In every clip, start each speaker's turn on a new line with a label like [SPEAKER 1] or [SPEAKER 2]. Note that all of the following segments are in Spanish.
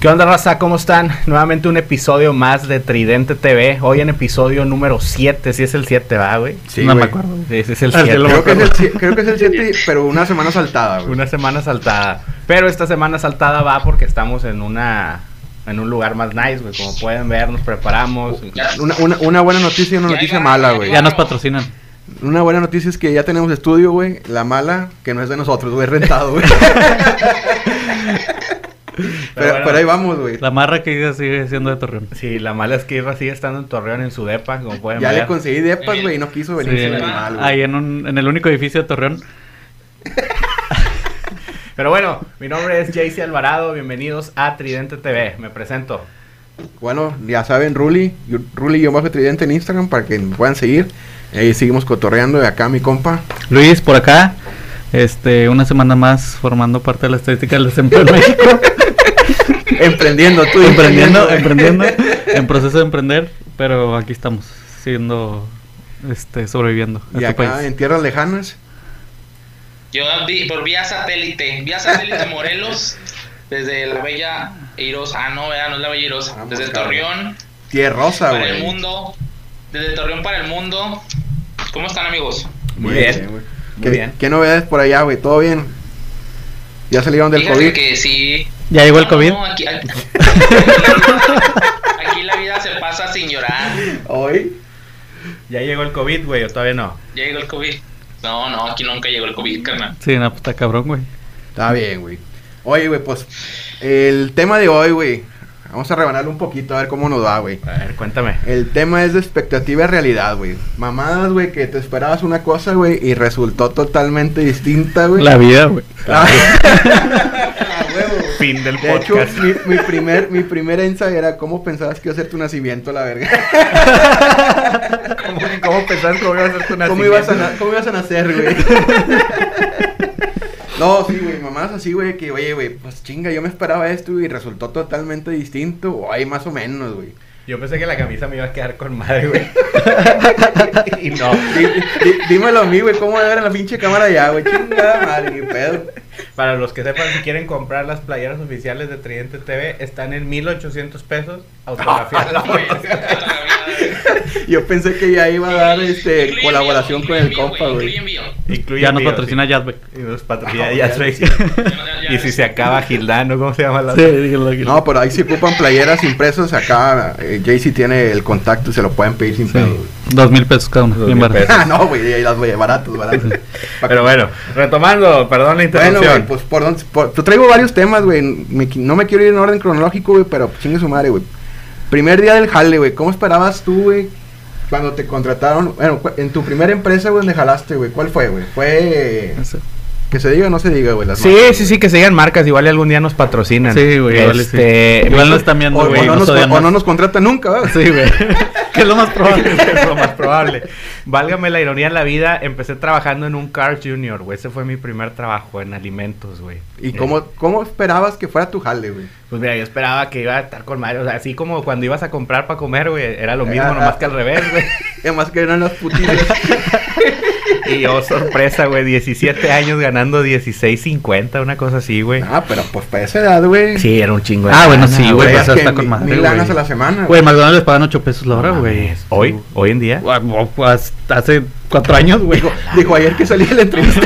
[SPEAKER 1] ¿Qué onda, raza? ¿Cómo están? Nuevamente un episodio más de Tridente TV. Hoy en episodio número 7. Si es el 7, ¿va, güey?
[SPEAKER 2] Sí,
[SPEAKER 3] no me
[SPEAKER 2] güey.
[SPEAKER 3] acuerdo.
[SPEAKER 1] Sí, ese es el
[SPEAKER 2] Ah,
[SPEAKER 1] 7.
[SPEAKER 2] que lo- Creo que, es el, sie- creo que es el 7, pero una semana saltada, güey.
[SPEAKER 1] Una semana saltada. Pero esta semana saltada va porque estamos en una en un lugar más nice, güey. Como pueden ver, nos preparamos.
[SPEAKER 2] Una, una- una buena noticia y una
[SPEAKER 3] Ya,
[SPEAKER 2] noticia
[SPEAKER 3] ya,
[SPEAKER 2] mala,
[SPEAKER 3] ya,
[SPEAKER 2] güey.
[SPEAKER 3] Ya nos patrocinan.
[SPEAKER 2] Una buena noticia es que ya tenemos estudio, güey. La mala, que no es de nosotros, güey, es rentado, güey. pero,
[SPEAKER 1] bueno.
[SPEAKER 2] pero ahí vamos, güey.
[SPEAKER 3] La marra que dice sigue siendo de Torreón.
[SPEAKER 1] Sí, la mala es que Irra sigue estando en Torreón en su depa, como pueden
[SPEAKER 2] Ya
[SPEAKER 1] ver.
[SPEAKER 2] le conseguí depas, güey, y no quiso venir
[SPEAKER 3] Sí,
[SPEAKER 2] sin animal, güey.
[SPEAKER 3] ahí en, un, en el único edificio de Torreón.
[SPEAKER 1] Pero bueno, mi nombre es JC Alvarado. Bienvenidos a Tridente TV. Me presento.
[SPEAKER 2] Bueno, ya saben, Ruli, yo- Ruli yo bajo tridente en Instagram para que me puedan seguir. Ahí seguimos cotorreando de acá mi compa.
[SPEAKER 3] Luis, por acá. Este, una semana más formando parte de la estadística del desempleo en México.
[SPEAKER 2] Emprendiendo, tú.
[SPEAKER 3] emprendiendo,
[SPEAKER 2] güey.
[SPEAKER 3] emprendiendo, en proceso de emprender, pero aquí estamos, siendo, este, sobreviviendo a
[SPEAKER 2] Y
[SPEAKER 3] este
[SPEAKER 2] acá
[SPEAKER 3] país.
[SPEAKER 2] en tierras lejanas.
[SPEAKER 4] Yo vi- por vía satélite, vía satélite Morelos, desde la bella Irosa, ah no, ¿verdad? no es la bella Irosa,
[SPEAKER 2] Vamos,
[SPEAKER 4] desde
[SPEAKER 2] cabrón.
[SPEAKER 4] Torreón
[SPEAKER 2] Tierrosa,
[SPEAKER 4] para el
[SPEAKER 2] güey.
[SPEAKER 4] mundo, desde Torreón para el mundo. ¿Cómo están amigos?
[SPEAKER 1] Muy bien.
[SPEAKER 2] güey.
[SPEAKER 1] Muy
[SPEAKER 2] ¿Qué,
[SPEAKER 1] bien.
[SPEAKER 2] ¿Qué novedades por allá, güey? ¿Todo bien? ¿Ya salieron del
[SPEAKER 4] Fíjate
[SPEAKER 2] COVID?
[SPEAKER 4] que sí.
[SPEAKER 3] Ya llegó el COVID.
[SPEAKER 4] No, aquí, aquí- aquí la vida se pasa sin llorar.
[SPEAKER 2] Hoy.
[SPEAKER 1] Ya llegó el COVID, güey, o todavía no.
[SPEAKER 4] Ya llegó el COVID. No, no, aquí nunca llegó el COVID, carnal.
[SPEAKER 3] Sí, no, pues está cabrón, güey.
[SPEAKER 2] Está bien, güey. Oye, güey, pues el tema de hoy, güey. Vamos a rebanarlo un poquito a ver cómo nos va, güey.
[SPEAKER 1] A ver, cuéntame.
[SPEAKER 2] El tema es de expectativa y realidad, güey. Mamadas, güey, que te esperabas una cosa, güey, y resultó totalmente distinta, güey.
[SPEAKER 3] La vida, güey.
[SPEAKER 2] Ah, a huevo, güey.
[SPEAKER 1] Fin del
[SPEAKER 2] De hecho,
[SPEAKER 1] podcast.
[SPEAKER 2] mi, mi primer, mi primer ensayo era cómo pensabas que iba a ser tu nacimiento, la verga.
[SPEAKER 1] ¿Cómo, cómo pensabas cómo iba a ser tu nacimiento?
[SPEAKER 2] ¿Cómo ibas, a na- ¿Cómo ibas a nacer, güey? No, sí, güey, mamás así, güey, que, oye, güey, pues chinga, yo me esperaba esto güey, y resultó totalmente distinto, o hay más o menos, güey.
[SPEAKER 1] Yo pensé que la camisa me iba a quedar con madre, güey. y no.
[SPEAKER 2] Di- di- dímelo a mí, güey, cómo debe ver en la pinche cámara ya, güey, chingada madre, qué pedo.
[SPEAKER 1] Para los que sepan, si quieren comprar las playeras oficiales de Tridente TV, están en 1800 pesos autografiadas. güey.
[SPEAKER 2] Yo pensé que ya iba a dar, este,
[SPEAKER 4] Incluye
[SPEAKER 2] colaboración
[SPEAKER 4] envío,
[SPEAKER 2] con el
[SPEAKER 4] incluye
[SPEAKER 2] compa,
[SPEAKER 4] envío,
[SPEAKER 2] güey.
[SPEAKER 4] incluye envío.
[SPEAKER 1] Incluye
[SPEAKER 3] Ya nos
[SPEAKER 1] envío,
[SPEAKER 3] patrocina
[SPEAKER 1] sí.
[SPEAKER 3] Jazzbeck.
[SPEAKER 1] Y nos patrocina
[SPEAKER 2] Ah,
[SPEAKER 1] ya
[SPEAKER 2] ya.
[SPEAKER 1] soy-
[SPEAKER 4] Ya- ya-
[SPEAKER 1] Y si se acaba Gildano, ¿cómo se llama la
[SPEAKER 3] Sí, dígalo, dígalo.
[SPEAKER 2] No, pero ahí se ocupan playeras impresas, acá eh, Jaycee tiene el contacto, se lo pueden pedir sin pedo, güey.
[SPEAKER 3] Dos mil pesos cada uno,
[SPEAKER 1] Dos
[SPEAKER 3] bien
[SPEAKER 1] mil
[SPEAKER 3] barato.
[SPEAKER 1] pesos.
[SPEAKER 2] Ah, no, güey, ahí las voy a baratos, baratos.
[SPEAKER 1] Pero bueno, retomando, perdón la
[SPEAKER 2] Bueno,
[SPEAKER 1] interrupción.
[SPEAKER 2] güey, pues por dónde. Por, te traigo varios temas, güey. Me qui- no me quiero ir en orden cronológico, güey, pero pues, chingue su madre, güey. Primer día del jale, güey. ¿Cómo esperabas tú, güey? Cuando te contrataron, bueno, cu- en tu primera empresa, güey, donde jalaste, güey, ¿cuál fue, güey? ¿Fue
[SPEAKER 3] Eso.
[SPEAKER 2] que se diga o no se diga, güey? las
[SPEAKER 1] Sí,
[SPEAKER 2] marcas,
[SPEAKER 1] sí,
[SPEAKER 2] güey?
[SPEAKER 1] sí, que se digan marcas, igual y algún día nos patrocinan.
[SPEAKER 3] Sí, güey, igual y sí.
[SPEAKER 1] este,
[SPEAKER 3] Igual no están viendo,
[SPEAKER 2] O,
[SPEAKER 3] güey.
[SPEAKER 2] o no
[SPEAKER 3] nos
[SPEAKER 2] nos,
[SPEAKER 3] odian
[SPEAKER 2] o no
[SPEAKER 3] más.
[SPEAKER 2] nos contratan nunca, ¿verdad?
[SPEAKER 3] Sí, güey. que es lo más probable.
[SPEAKER 1] es lo más probable. Válgame la ironía en la vida, empecé trabajando en un Car Junior, güey. Ese fue mi primer trabajo en alimentos, güey.
[SPEAKER 2] ¿Y
[SPEAKER 1] Eh,
[SPEAKER 2] cómo, cómo esperabas que fuera tu jale, güey?
[SPEAKER 1] Pues mira, yo esperaba que iba a estar con madre. O sea, así como cuando ibas a comprar para comer, güey. Era lo mismo,
[SPEAKER 2] Ah,
[SPEAKER 1] nomás
[SPEAKER 2] ah.
[SPEAKER 1] que al revés, güey.
[SPEAKER 2] Además que eran las putillas.
[SPEAKER 1] Y yo, sorpresa, güey. 17 años ganando 16.50, una cosa así, güey.
[SPEAKER 2] ah, pero pues para esa edad, güey.
[SPEAKER 1] Sí, era un chingo.
[SPEAKER 3] Ah, bueno,
[SPEAKER 1] lana,
[SPEAKER 3] sí, güey,
[SPEAKER 2] Veías
[SPEAKER 3] pues, eso
[SPEAKER 2] que
[SPEAKER 3] está con
[SPEAKER 2] mil-
[SPEAKER 3] madre,
[SPEAKER 2] mil
[SPEAKER 3] güey.
[SPEAKER 2] lanas a la semana,
[SPEAKER 3] Güey, McDonald's les pagan 8 pesos la hora,
[SPEAKER 1] No
[SPEAKER 3] Ah, güey.
[SPEAKER 1] mames. Hoy, hoy en día.
[SPEAKER 3] Guau, guau, guau, hasta Hace 4 años, güey.
[SPEAKER 2] Dijo, dijo ayer que salí de la entrevista.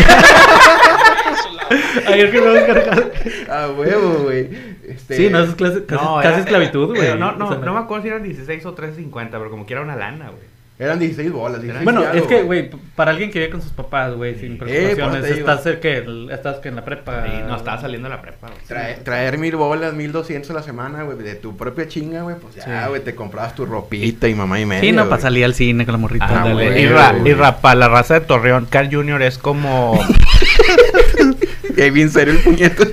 [SPEAKER 3] Ayer que lo descargado.
[SPEAKER 2] A huevo, güey. Este,
[SPEAKER 3] Sí, no, eso es clase- casi, casi
[SPEAKER 1] era-
[SPEAKER 3] esclavitud,
[SPEAKER 1] pero
[SPEAKER 3] güey.
[SPEAKER 1] No, no,
[SPEAKER 3] O sea,
[SPEAKER 1] no me acuerdo si eran 16 o 3.50, pero como que era una lana, güey.
[SPEAKER 2] Eran 16 bolas. 16
[SPEAKER 3] Bueno,
[SPEAKER 2] y algo,
[SPEAKER 3] es que, güey, p- para alguien que vive con sus papás, güey,
[SPEAKER 1] Eh,
[SPEAKER 3] sin
[SPEAKER 2] por
[SPEAKER 3] preocupaciones,
[SPEAKER 2] eso te digo.
[SPEAKER 3] estás, cerca, del- estás que en la prepa.
[SPEAKER 1] Y no, estaba saliendo de la prepa, güey.
[SPEAKER 2] Trae- traer mil bolas, mil doscientos a la semana, güey, de tu propia chinga, güey, pues ya,
[SPEAKER 3] Sí.
[SPEAKER 2] güey, te comprabas tu ropita y mamá y media.
[SPEAKER 3] Sí, no,
[SPEAKER 2] güey.
[SPEAKER 3] para salir al cine con la morrita.
[SPEAKER 1] Ah,
[SPEAKER 2] Ándale.
[SPEAKER 1] güey.
[SPEAKER 2] güey.
[SPEAKER 1] Y ra-
[SPEAKER 2] güey.
[SPEAKER 1] y ra- pa' la raza de Torreón, Carl Jr. es como.
[SPEAKER 2] Y ahí bien serio el puñeto.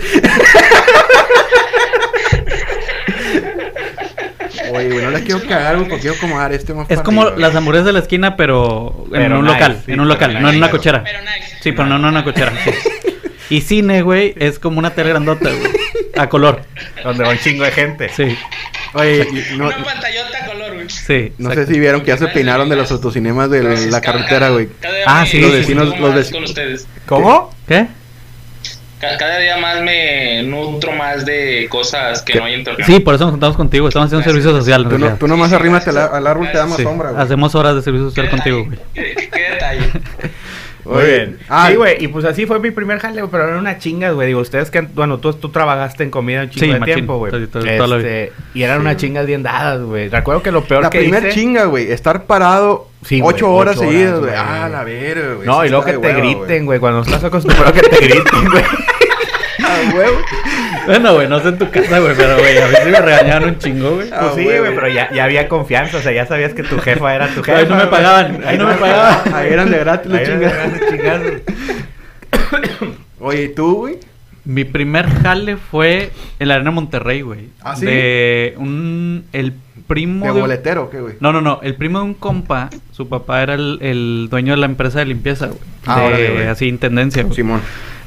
[SPEAKER 2] Oye, güey, no la quiero cagar, güey, porque quiero acomodar este más
[SPEAKER 3] Es
[SPEAKER 2] para
[SPEAKER 3] como
[SPEAKER 2] arriba,
[SPEAKER 3] las hamburguesas de la esquina, pero en
[SPEAKER 1] Pero
[SPEAKER 3] un
[SPEAKER 1] nice,
[SPEAKER 3] local,
[SPEAKER 1] sí,
[SPEAKER 3] en un local,
[SPEAKER 1] pero
[SPEAKER 3] no en una
[SPEAKER 1] nice.
[SPEAKER 3] cochera.
[SPEAKER 4] Pero nice.
[SPEAKER 3] Sí, pero no en una cochera. sí. Y cine, güey, es como una tele grandota, güey. A color.
[SPEAKER 1] donde va un chingo de gente.
[SPEAKER 3] Sí,
[SPEAKER 2] güey. Oye, y no,
[SPEAKER 4] Una pantallota color, güey.
[SPEAKER 3] sí.
[SPEAKER 2] no sé
[SPEAKER 3] exacto.
[SPEAKER 2] si vieron que ya se peinaron de los autocinemas de la, la carretera, güey.
[SPEAKER 4] Cada- cada
[SPEAKER 3] Ah,
[SPEAKER 4] vez
[SPEAKER 3] sí,
[SPEAKER 4] me
[SPEAKER 3] los
[SPEAKER 4] identifico
[SPEAKER 2] vecinos- los
[SPEAKER 4] más
[SPEAKER 2] veci-
[SPEAKER 4] Con ustedes.
[SPEAKER 1] ¿Cómo?
[SPEAKER 3] ¿Qué?
[SPEAKER 4] ca- cada día más me nutro más de cosas que no hay en intercambio.
[SPEAKER 3] Sí, por eso nos contamos contigo. Estamos haciendo
[SPEAKER 4] Gracias.
[SPEAKER 3] servicio social. en
[SPEAKER 2] Tú, no,
[SPEAKER 3] realidad.
[SPEAKER 2] tú nomás arrímate al, al árbol, te da más
[SPEAKER 3] Sí,
[SPEAKER 2] sombra, güey.
[SPEAKER 3] Hacemos horas de servicio
[SPEAKER 4] ¿Qué
[SPEAKER 3] social
[SPEAKER 4] detalle?
[SPEAKER 3] pues, contigo, güey.
[SPEAKER 4] ¿Qué, qué detalle?
[SPEAKER 1] Muy
[SPEAKER 2] Oye,
[SPEAKER 1] bien.
[SPEAKER 2] ah,
[SPEAKER 1] sí, güey. Y pues así fue mi primer jaleo, pero era una chinga, güey. Digo, ustedes que. han- Bueno, tú, tú trabajaste en comida un chingo
[SPEAKER 3] Sí,
[SPEAKER 1] de
[SPEAKER 3] machín.
[SPEAKER 1] tiempo, güey.
[SPEAKER 3] Sí, todo- toda la
[SPEAKER 1] Este, y eran unas chingas bien dadas, güey. Recuerdo que lo peor
[SPEAKER 2] La
[SPEAKER 1] que
[SPEAKER 2] primer
[SPEAKER 1] hice-
[SPEAKER 2] chinga, güey. Estar parado
[SPEAKER 1] Sí, güey,
[SPEAKER 2] ocho horas
[SPEAKER 1] ocho
[SPEAKER 2] seguidas,
[SPEAKER 1] horas,
[SPEAKER 2] güey.
[SPEAKER 1] güey.
[SPEAKER 2] Ah, la verga, güey.
[SPEAKER 1] No,
[SPEAKER 2] Sí
[SPEAKER 1] y luego
[SPEAKER 2] está
[SPEAKER 1] que
[SPEAKER 2] de
[SPEAKER 1] te
[SPEAKER 2] hueva,
[SPEAKER 1] griten, güey. Cuando estás acostumbrado que te griten, güey.
[SPEAKER 2] Ah, huevo.
[SPEAKER 3] Bueno, güey, no sé en tu casa, güey, pero, güey, a mí sí me regañaron un chingo, güey.
[SPEAKER 2] Ah,
[SPEAKER 1] Pues sí,
[SPEAKER 2] güey.
[SPEAKER 1] güey, pero ya, ya había confianza. O sea, ya sabías que tu jefa era tu jefa.
[SPEAKER 3] Ahí no me
[SPEAKER 1] güey.
[SPEAKER 3] pagaban, ahí no me pagaban.
[SPEAKER 2] Ahí eran de gratis los
[SPEAKER 1] Ahí eran
[SPEAKER 2] chingas.
[SPEAKER 1] esos chingazos.
[SPEAKER 2] Oye, ¿y tú, güey?
[SPEAKER 3] Mi primer jale fue en la Arena Monterrey, güey.
[SPEAKER 2] ¿Ah, sí?
[SPEAKER 3] De un... El primo
[SPEAKER 2] ¿De
[SPEAKER 3] de un-
[SPEAKER 2] boletero o qué, güey?
[SPEAKER 3] No, no, no. El primo de un compa, su papá era el, el dueño de la empresa de limpieza, güey.
[SPEAKER 2] Ah,
[SPEAKER 3] de,
[SPEAKER 2] órale, güey.
[SPEAKER 3] así, intendencia, güey.
[SPEAKER 2] Simón.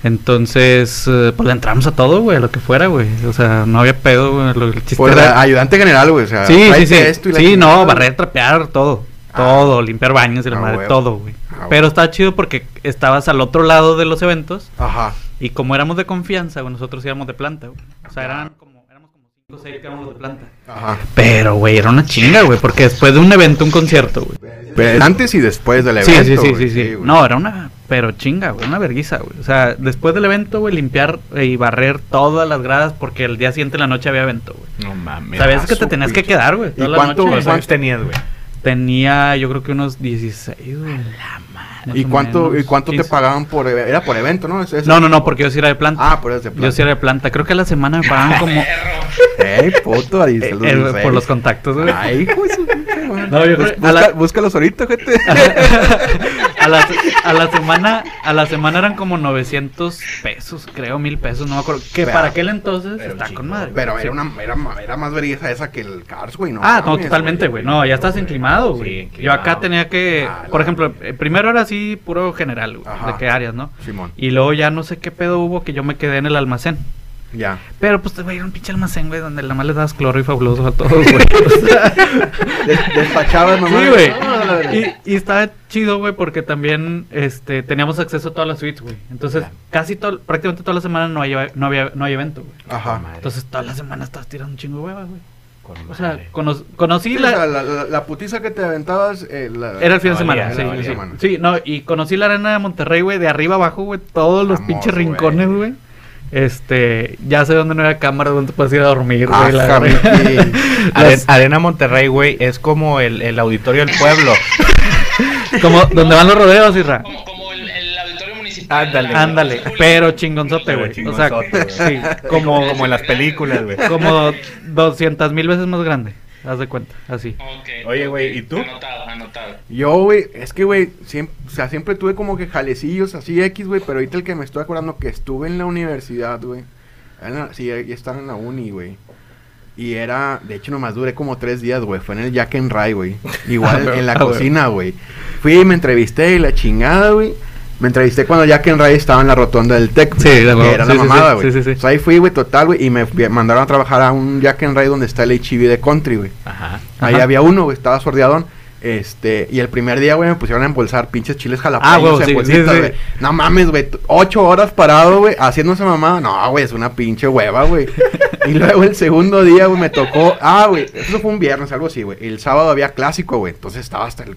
[SPEAKER 3] Entonces, eh, pues le entramos a todo, güey, a lo que fuera, güey. O sea, no había pedo, güey. lo- El chiste
[SPEAKER 2] Pues
[SPEAKER 3] era-
[SPEAKER 2] la- ayudante general, güey. O sea,
[SPEAKER 3] Sí, sí,
[SPEAKER 2] tráete
[SPEAKER 3] sí.
[SPEAKER 2] Ah, esto y la
[SPEAKER 3] sí,
[SPEAKER 2] chingada,
[SPEAKER 3] no,
[SPEAKER 2] güey.
[SPEAKER 3] barrer, trapear, todo. Todo, limpiar baños y la
[SPEAKER 2] Ah,
[SPEAKER 3] madre,
[SPEAKER 2] huevo.
[SPEAKER 3] todo, güey.
[SPEAKER 2] Ah, huevo.
[SPEAKER 3] Pero estaba chido porque estabas al otro lado de los eventos
[SPEAKER 2] Ajá.
[SPEAKER 3] y como éramos de confianza, güey, nosotros íbamos de planta, güey. O sea, eran como, éramos como 5 o 6 que éramos de planta.
[SPEAKER 2] Ajá.
[SPEAKER 3] Pero, güey, era una chinga, güey, porque después de un evento, un concierto, güey.
[SPEAKER 2] Pero antes y después del
[SPEAKER 3] Sí,
[SPEAKER 2] evento.
[SPEAKER 3] sí, sí,
[SPEAKER 2] güey.
[SPEAKER 3] sí, sí.
[SPEAKER 2] güey.
[SPEAKER 3] No, era una, pero chinga, güey, una verguiza, güey. O sea, después del evento, güey, limpiar eh, y barrer todas las gradas porque el día siguiente en la noche había evento, güey.
[SPEAKER 1] No mames.
[SPEAKER 3] Sabías que
[SPEAKER 2] su
[SPEAKER 3] te tenías que
[SPEAKER 2] pinche-
[SPEAKER 3] quedar, güey.
[SPEAKER 2] ¿Y
[SPEAKER 3] toda la
[SPEAKER 2] cuánto-
[SPEAKER 3] noche, güey.
[SPEAKER 1] ¿Cuántos años tenías, güey?
[SPEAKER 3] Tenía, yo creo que unos 16, güey. La
[SPEAKER 2] ¿Y cuánto, ¿y cuánto te pagaban por ev- Era por evento, ¿no? Es- es-
[SPEAKER 3] No, no, no, porque yo sí era de planta.
[SPEAKER 2] Ah, por eso.
[SPEAKER 3] yo sí era de planta. Creo que a la semana me pagaban como.
[SPEAKER 4] Perro.
[SPEAKER 2] Ey, puto, ahí
[SPEAKER 3] eh,
[SPEAKER 2] se
[SPEAKER 3] eh,
[SPEAKER 2] los
[SPEAKER 3] por los contactos, güey.
[SPEAKER 2] Ay, pues. No,
[SPEAKER 3] No, yo creo- a la-
[SPEAKER 2] Búscalos ahorita, gente.
[SPEAKER 3] a, la, a la semana a la semana eran como 900 pesos, creo, mil pesos, no me acuerdo. Que
[SPEAKER 2] Pero-
[SPEAKER 3] para aquel entonces
[SPEAKER 1] pero
[SPEAKER 3] Pues está
[SPEAKER 1] chico,
[SPEAKER 3] con madre.
[SPEAKER 2] Pero
[SPEAKER 3] güey.
[SPEAKER 2] era,
[SPEAKER 3] Sí.
[SPEAKER 2] una, era, ma- era más vergüenza esa que el Cars, güey. No
[SPEAKER 3] ah, no,
[SPEAKER 2] mames,
[SPEAKER 3] totalmente, güey. No, ya estás enclimado, güey.
[SPEAKER 1] Sí,
[SPEAKER 3] Yo acá
[SPEAKER 1] enclimado.
[SPEAKER 3] tenía que,
[SPEAKER 2] Ah, la
[SPEAKER 3] por ejemplo, eh, primero era así puro general, güey,
[SPEAKER 2] Ajá.
[SPEAKER 3] de qué áreas, ¿no?
[SPEAKER 2] Simón.
[SPEAKER 3] Y luego ya no sé qué pedo hubo que yo me quedé en el almacén.
[SPEAKER 2] Ya.
[SPEAKER 3] Pero pues, güey, era un pinche almacén, güey, donde la más le das cloro y fabuloso a todos, güey. O sea,
[SPEAKER 2] Des- despachabas, mamá.
[SPEAKER 3] sí, güey.
[SPEAKER 2] No, la verga.
[SPEAKER 3] Y, y estaba chido, güey, porque también este, teníamos acceso a todas las suites, güey. Entonces, casi todo, prácticamente toda la semana no hay, no había, no hay evento, güey.
[SPEAKER 2] Ajá.
[SPEAKER 3] Entonces, toda la semana estás tirando un chingo de hueva, güey.
[SPEAKER 1] Con
[SPEAKER 3] O sea,
[SPEAKER 1] madre.
[SPEAKER 3] cono-
[SPEAKER 2] Sí,
[SPEAKER 3] conocí
[SPEAKER 2] o sea, la,
[SPEAKER 3] la...
[SPEAKER 2] la- la putiza que te aventabas. eh, la-
[SPEAKER 3] Era el fin de
[SPEAKER 1] La
[SPEAKER 3] semana,
[SPEAKER 1] valía,
[SPEAKER 3] sí,
[SPEAKER 1] la valía.
[SPEAKER 3] sí, sí. Sí, no, y conocí la arena de Monterrey, güey, de arriba abajo, güey, todos los
[SPEAKER 2] Vamos,
[SPEAKER 3] pinches
[SPEAKER 2] güey.
[SPEAKER 3] rincones, güey. Este, ya sé dónde no había cámara, dónde puedes ir a dormir, güey. la
[SPEAKER 2] Ajá, mi
[SPEAKER 3] verga.
[SPEAKER 2] pin.
[SPEAKER 1] Are-
[SPEAKER 3] Las-
[SPEAKER 1] Arena Monterrey, güey, es como el, el auditorio del pueblo.
[SPEAKER 3] Como donde van los rodeos, Isra.
[SPEAKER 4] Como, como el, el auditorio municipal.
[SPEAKER 1] Ándale.
[SPEAKER 4] la-
[SPEAKER 3] Ándale,
[SPEAKER 4] público.
[SPEAKER 3] pero chingonzote,
[SPEAKER 1] Pero
[SPEAKER 3] güey. O sea,
[SPEAKER 1] chingonzote, güey.
[SPEAKER 3] sí,
[SPEAKER 1] como,
[SPEAKER 3] como,
[SPEAKER 1] como en las películas, güey.
[SPEAKER 3] como 200 mil veces más grande. Haz de cuenta, así.
[SPEAKER 4] Ok.
[SPEAKER 1] Oye, güey, ¿y tú?
[SPEAKER 4] Anotado, anotado.
[SPEAKER 2] Yo, güey, es que, güey, siempre, o sea, siempre tuve como que jalecillos así X, güey, pero ahorita el que me estoy acordando que estuve en la universidad, güey. En la- Sí, ya estaba en la uni, güey. Y era, de hecho, nomás duré como tres días, güey. Fue en el Jack and Rye, güey. Igual en la
[SPEAKER 3] Ah, güey.
[SPEAKER 2] cocina, güey. Fui y me entrevisté y la chingada, güey. Me entrevisté cuando Jack and Rye estaba en la rotonda del Tec.
[SPEAKER 3] Sí, de
[SPEAKER 2] que
[SPEAKER 3] huevo.
[SPEAKER 2] era
[SPEAKER 3] Sí,
[SPEAKER 2] la
[SPEAKER 3] sí, sí.
[SPEAKER 2] mamada, güey.
[SPEAKER 3] Sí, sí, sí.
[SPEAKER 2] Entonces, ahí fui, güey, total, güey. Y me fui- mandaron a trabajar a un Jack and Rye donde está el HIV de Country, güey.
[SPEAKER 1] Ajá.
[SPEAKER 2] Ahí
[SPEAKER 3] Ajá.
[SPEAKER 2] había uno, güey, estaba sordeadón. Este, y el primer día, güey, me pusieron a embolsar pinches chiles jalapeños
[SPEAKER 3] Ah, güey,
[SPEAKER 2] en
[SPEAKER 3] sí,
[SPEAKER 2] bolsitas,
[SPEAKER 3] sí, sí.
[SPEAKER 2] güey. No mames, güey, t- ocho horas parado, güey, haciéndose mamá. No, güey, es una pinche hueva, güey. y luego el segundo día, güey, me tocó. Ah, güey, eso fue un viernes, algo así, güey. El sábado había clásico, güey, entonces estaba hasta el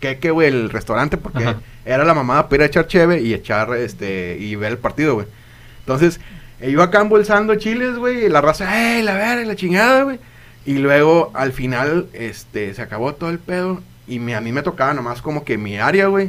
[SPEAKER 2] queque, güey, el restaurante, porque
[SPEAKER 3] Ajá.
[SPEAKER 2] era la mamada para ir a echar cheve y echar, este, y ver el partido, güey. Entonces, eh, yo acá embolsando chiles, güey, y la raza, ¡eh, la verga, la chingada, güey! Y luego, al final, este, se acabó todo el pedo. Y me- a mí me tocaba nomás como que mi área, güey.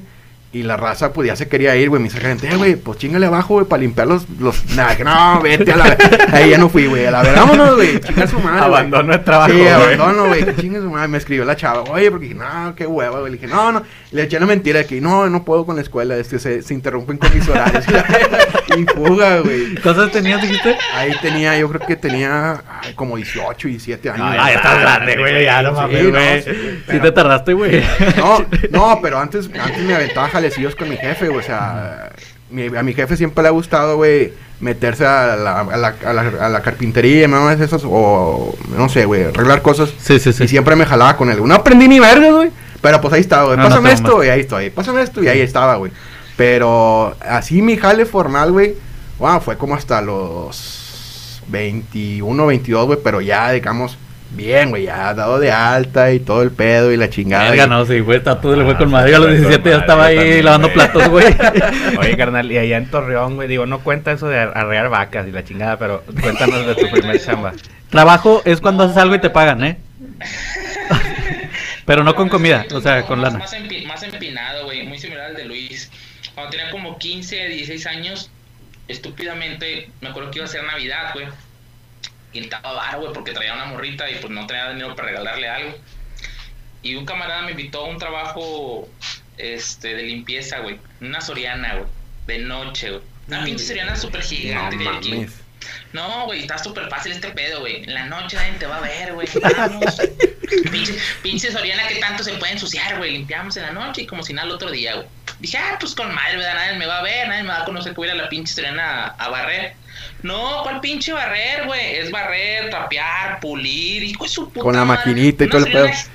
[SPEAKER 2] Y la raza, pues, ya se quería ir, güey. Me dice la gente, "Eh, güey, pues, chingale abajo, güey, para limpiar los... los... Nah, que no, vete a la... ver-". Ahí ya no fui, güey. A la verga, vámonos, güey. Chinga su madre, güey.
[SPEAKER 1] Abandono de trabajo,
[SPEAKER 2] Sí,
[SPEAKER 1] güey.
[SPEAKER 2] abandono, güey. que Chingue su madre. Me escribió la chava, oye, porque dije, no, qué hueva, güey. Le dije, no, no. Le eché una mentira de que, no, no puedo con la escuela. Es que se, se interrumpen con mis horarios. y fuga, güey.
[SPEAKER 3] ¿Cuántas tenías, dijiste?
[SPEAKER 2] Ahí tenía, yo creo que tenía ay, como 18, 17 años.
[SPEAKER 1] No,
[SPEAKER 2] güey.
[SPEAKER 1] ya estás grande, güey, ya no mames,
[SPEAKER 2] no,
[SPEAKER 3] güey.
[SPEAKER 2] sí,
[SPEAKER 3] Sí,
[SPEAKER 2] pero-
[SPEAKER 3] te tardaste, güey.
[SPEAKER 2] No, no, pero antes, antes me aventaba jalecillos con mi jefe, güey, o sea, mi- a mi jefe siempre le ha gustado, güey, meterse a la, a la, a la- a la carpintería, no es esas, o no sé, güey, arreglar cosas.
[SPEAKER 3] Sí, sí, sí.
[SPEAKER 2] Y siempre me jalaba con él. No aprendí ni verga, güey. Pero pues ahí estaba, güey.
[SPEAKER 3] No, no
[SPEAKER 2] Pásame
[SPEAKER 3] te
[SPEAKER 2] esto,
[SPEAKER 3] mamaste.
[SPEAKER 2] güey. Ahí estoy. Pásame esto, y ahí estaba, güey. Pero así mi jale formal, güey. Wow, fue como hasta los 21, 22, güey, pero ya, digamos, bien, güey, ya dado de alta y todo el pedo y la chingada.
[SPEAKER 3] Verga,
[SPEAKER 2] y-
[SPEAKER 3] no, sí, güey, está todo le fue
[SPEAKER 1] Ah,
[SPEAKER 3] con madre. Yo a los
[SPEAKER 1] fue con
[SPEAKER 3] 17 ya
[SPEAKER 1] madre,
[SPEAKER 3] estaba ahí
[SPEAKER 1] yo también,
[SPEAKER 3] lavando
[SPEAKER 1] güey.
[SPEAKER 3] platos, güey.
[SPEAKER 1] Oye, carnal, y allá en Torreón, güey, digo, no cuenta eso de arrear vacas y la chingada, pero cuéntanos de tu primer chamba.
[SPEAKER 3] Trabajo es cuando haces algo y te pagan, ¿eh? Pero no con comida, o sea, con
[SPEAKER 4] más-
[SPEAKER 3] lana.
[SPEAKER 4] Más, empi- más empinado, güey, muy similar al de Luis. Cuando tenía como 15, 16 años, estúpidamente, me acuerdo que iba a ser Navidad, güey. Y estaba bar, güey, porque traía una morrita y pues no tenía dinero para regalarle algo. Y un camarada me invitó a un trabajo este, de limpieza, güey. Una soriana, güey. De noche, güey. Una pinche soriana súper
[SPEAKER 2] No
[SPEAKER 4] gigante. de aquí.
[SPEAKER 2] mames.
[SPEAKER 4] No, güey, está súper fácil este pedo, güey. En la noche nadie te va a ver, güey. Vamos. pinche, pinche Soriana que tanto se puede ensuciar, güey. Limpiamos en la noche y como si nada el otro día, güey. Dije, ah, pues con madre, ¿verdad? Nadie me va a ver, nadie me va a conocer que voy a ir a la pinche Soriana a, a barrer. No, ¿cuál pinche barrer, güey? Es barrer, tapear, pulir, hijo de su puta
[SPEAKER 2] Con la
[SPEAKER 4] madre.
[SPEAKER 2] maquinita y
[SPEAKER 4] Una
[SPEAKER 2] todo el pedo.
[SPEAKER 4] Soriana-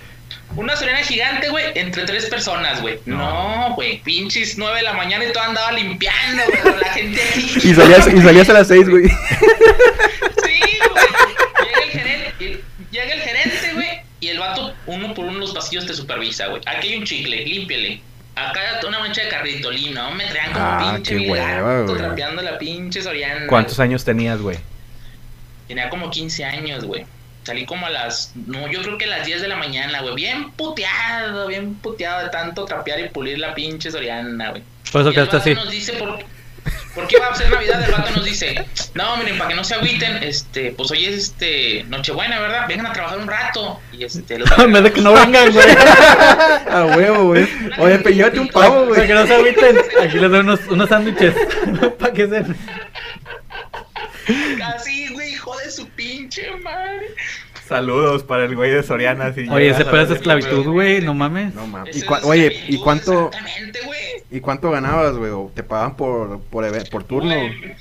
[SPEAKER 4] Una Soriana gigante, güey, entre tres personas, güey.
[SPEAKER 1] No.
[SPEAKER 4] No, güey, pinches nueve de la mañana y todo andaba limpiando, güey, con la gente ahí.
[SPEAKER 2] Y salías, y salías a las 6, güey.
[SPEAKER 4] Sí, güey. Llega el gerente, el- llega el gerente, güey, y el vato uno por uno los pasillos te supervisa, güey. Aquí hay un chicle, límpiale. Acá una mancha de carrito, lima. Me traían como
[SPEAKER 2] Ah,
[SPEAKER 4] pinche
[SPEAKER 2] qué
[SPEAKER 4] bien
[SPEAKER 2] hueva,
[SPEAKER 4] harto,
[SPEAKER 2] güey.
[SPEAKER 4] trapeando la pinche Soriana.
[SPEAKER 1] ¿Cuántos años tenías, güey?
[SPEAKER 4] Tenía como 15 años, güey. Salí como a las, no, yo creo que a las 10 de la mañana, güey. Bien puteado, bien puteado de tanto trapear y pulir la pinche Soriana, güey.
[SPEAKER 3] Por eso
[SPEAKER 4] Y el
[SPEAKER 3] quedaste
[SPEAKER 4] vato
[SPEAKER 3] así.
[SPEAKER 4] nos dice por, por qué va a ser Navidad, el vato nos dice, no, miren, para que no se agüiten, este, pues hoy es este Nochebuena, ¿verdad? Vengan a trabajar un rato. Y este, los
[SPEAKER 3] En vez de que no vengan, güey.
[SPEAKER 2] A huevo, güey. Oye, peñate un pavo,
[SPEAKER 3] Para
[SPEAKER 2] güey.
[SPEAKER 3] que no se agüiten. Aquí les doy unos, unos sándwiches. Para que se.
[SPEAKER 4] así, güey, hijo de su pinche madre.
[SPEAKER 1] Saludos para el güey de Soriana.
[SPEAKER 3] Oye, ese pedo es esclavitud, güey. No mames.
[SPEAKER 2] No mames.
[SPEAKER 4] Eso
[SPEAKER 2] Ah, ¿Y cua-
[SPEAKER 4] es
[SPEAKER 2] Oye,
[SPEAKER 4] esclavitud,
[SPEAKER 2] ¿y cuánto,
[SPEAKER 4] Exactamente, güey.
[SPEAKER 2] ¿y cuánto ganabas, güey? ¿O te pagaban por, por, eve- por turno?
[SPEAKER 4] Güey,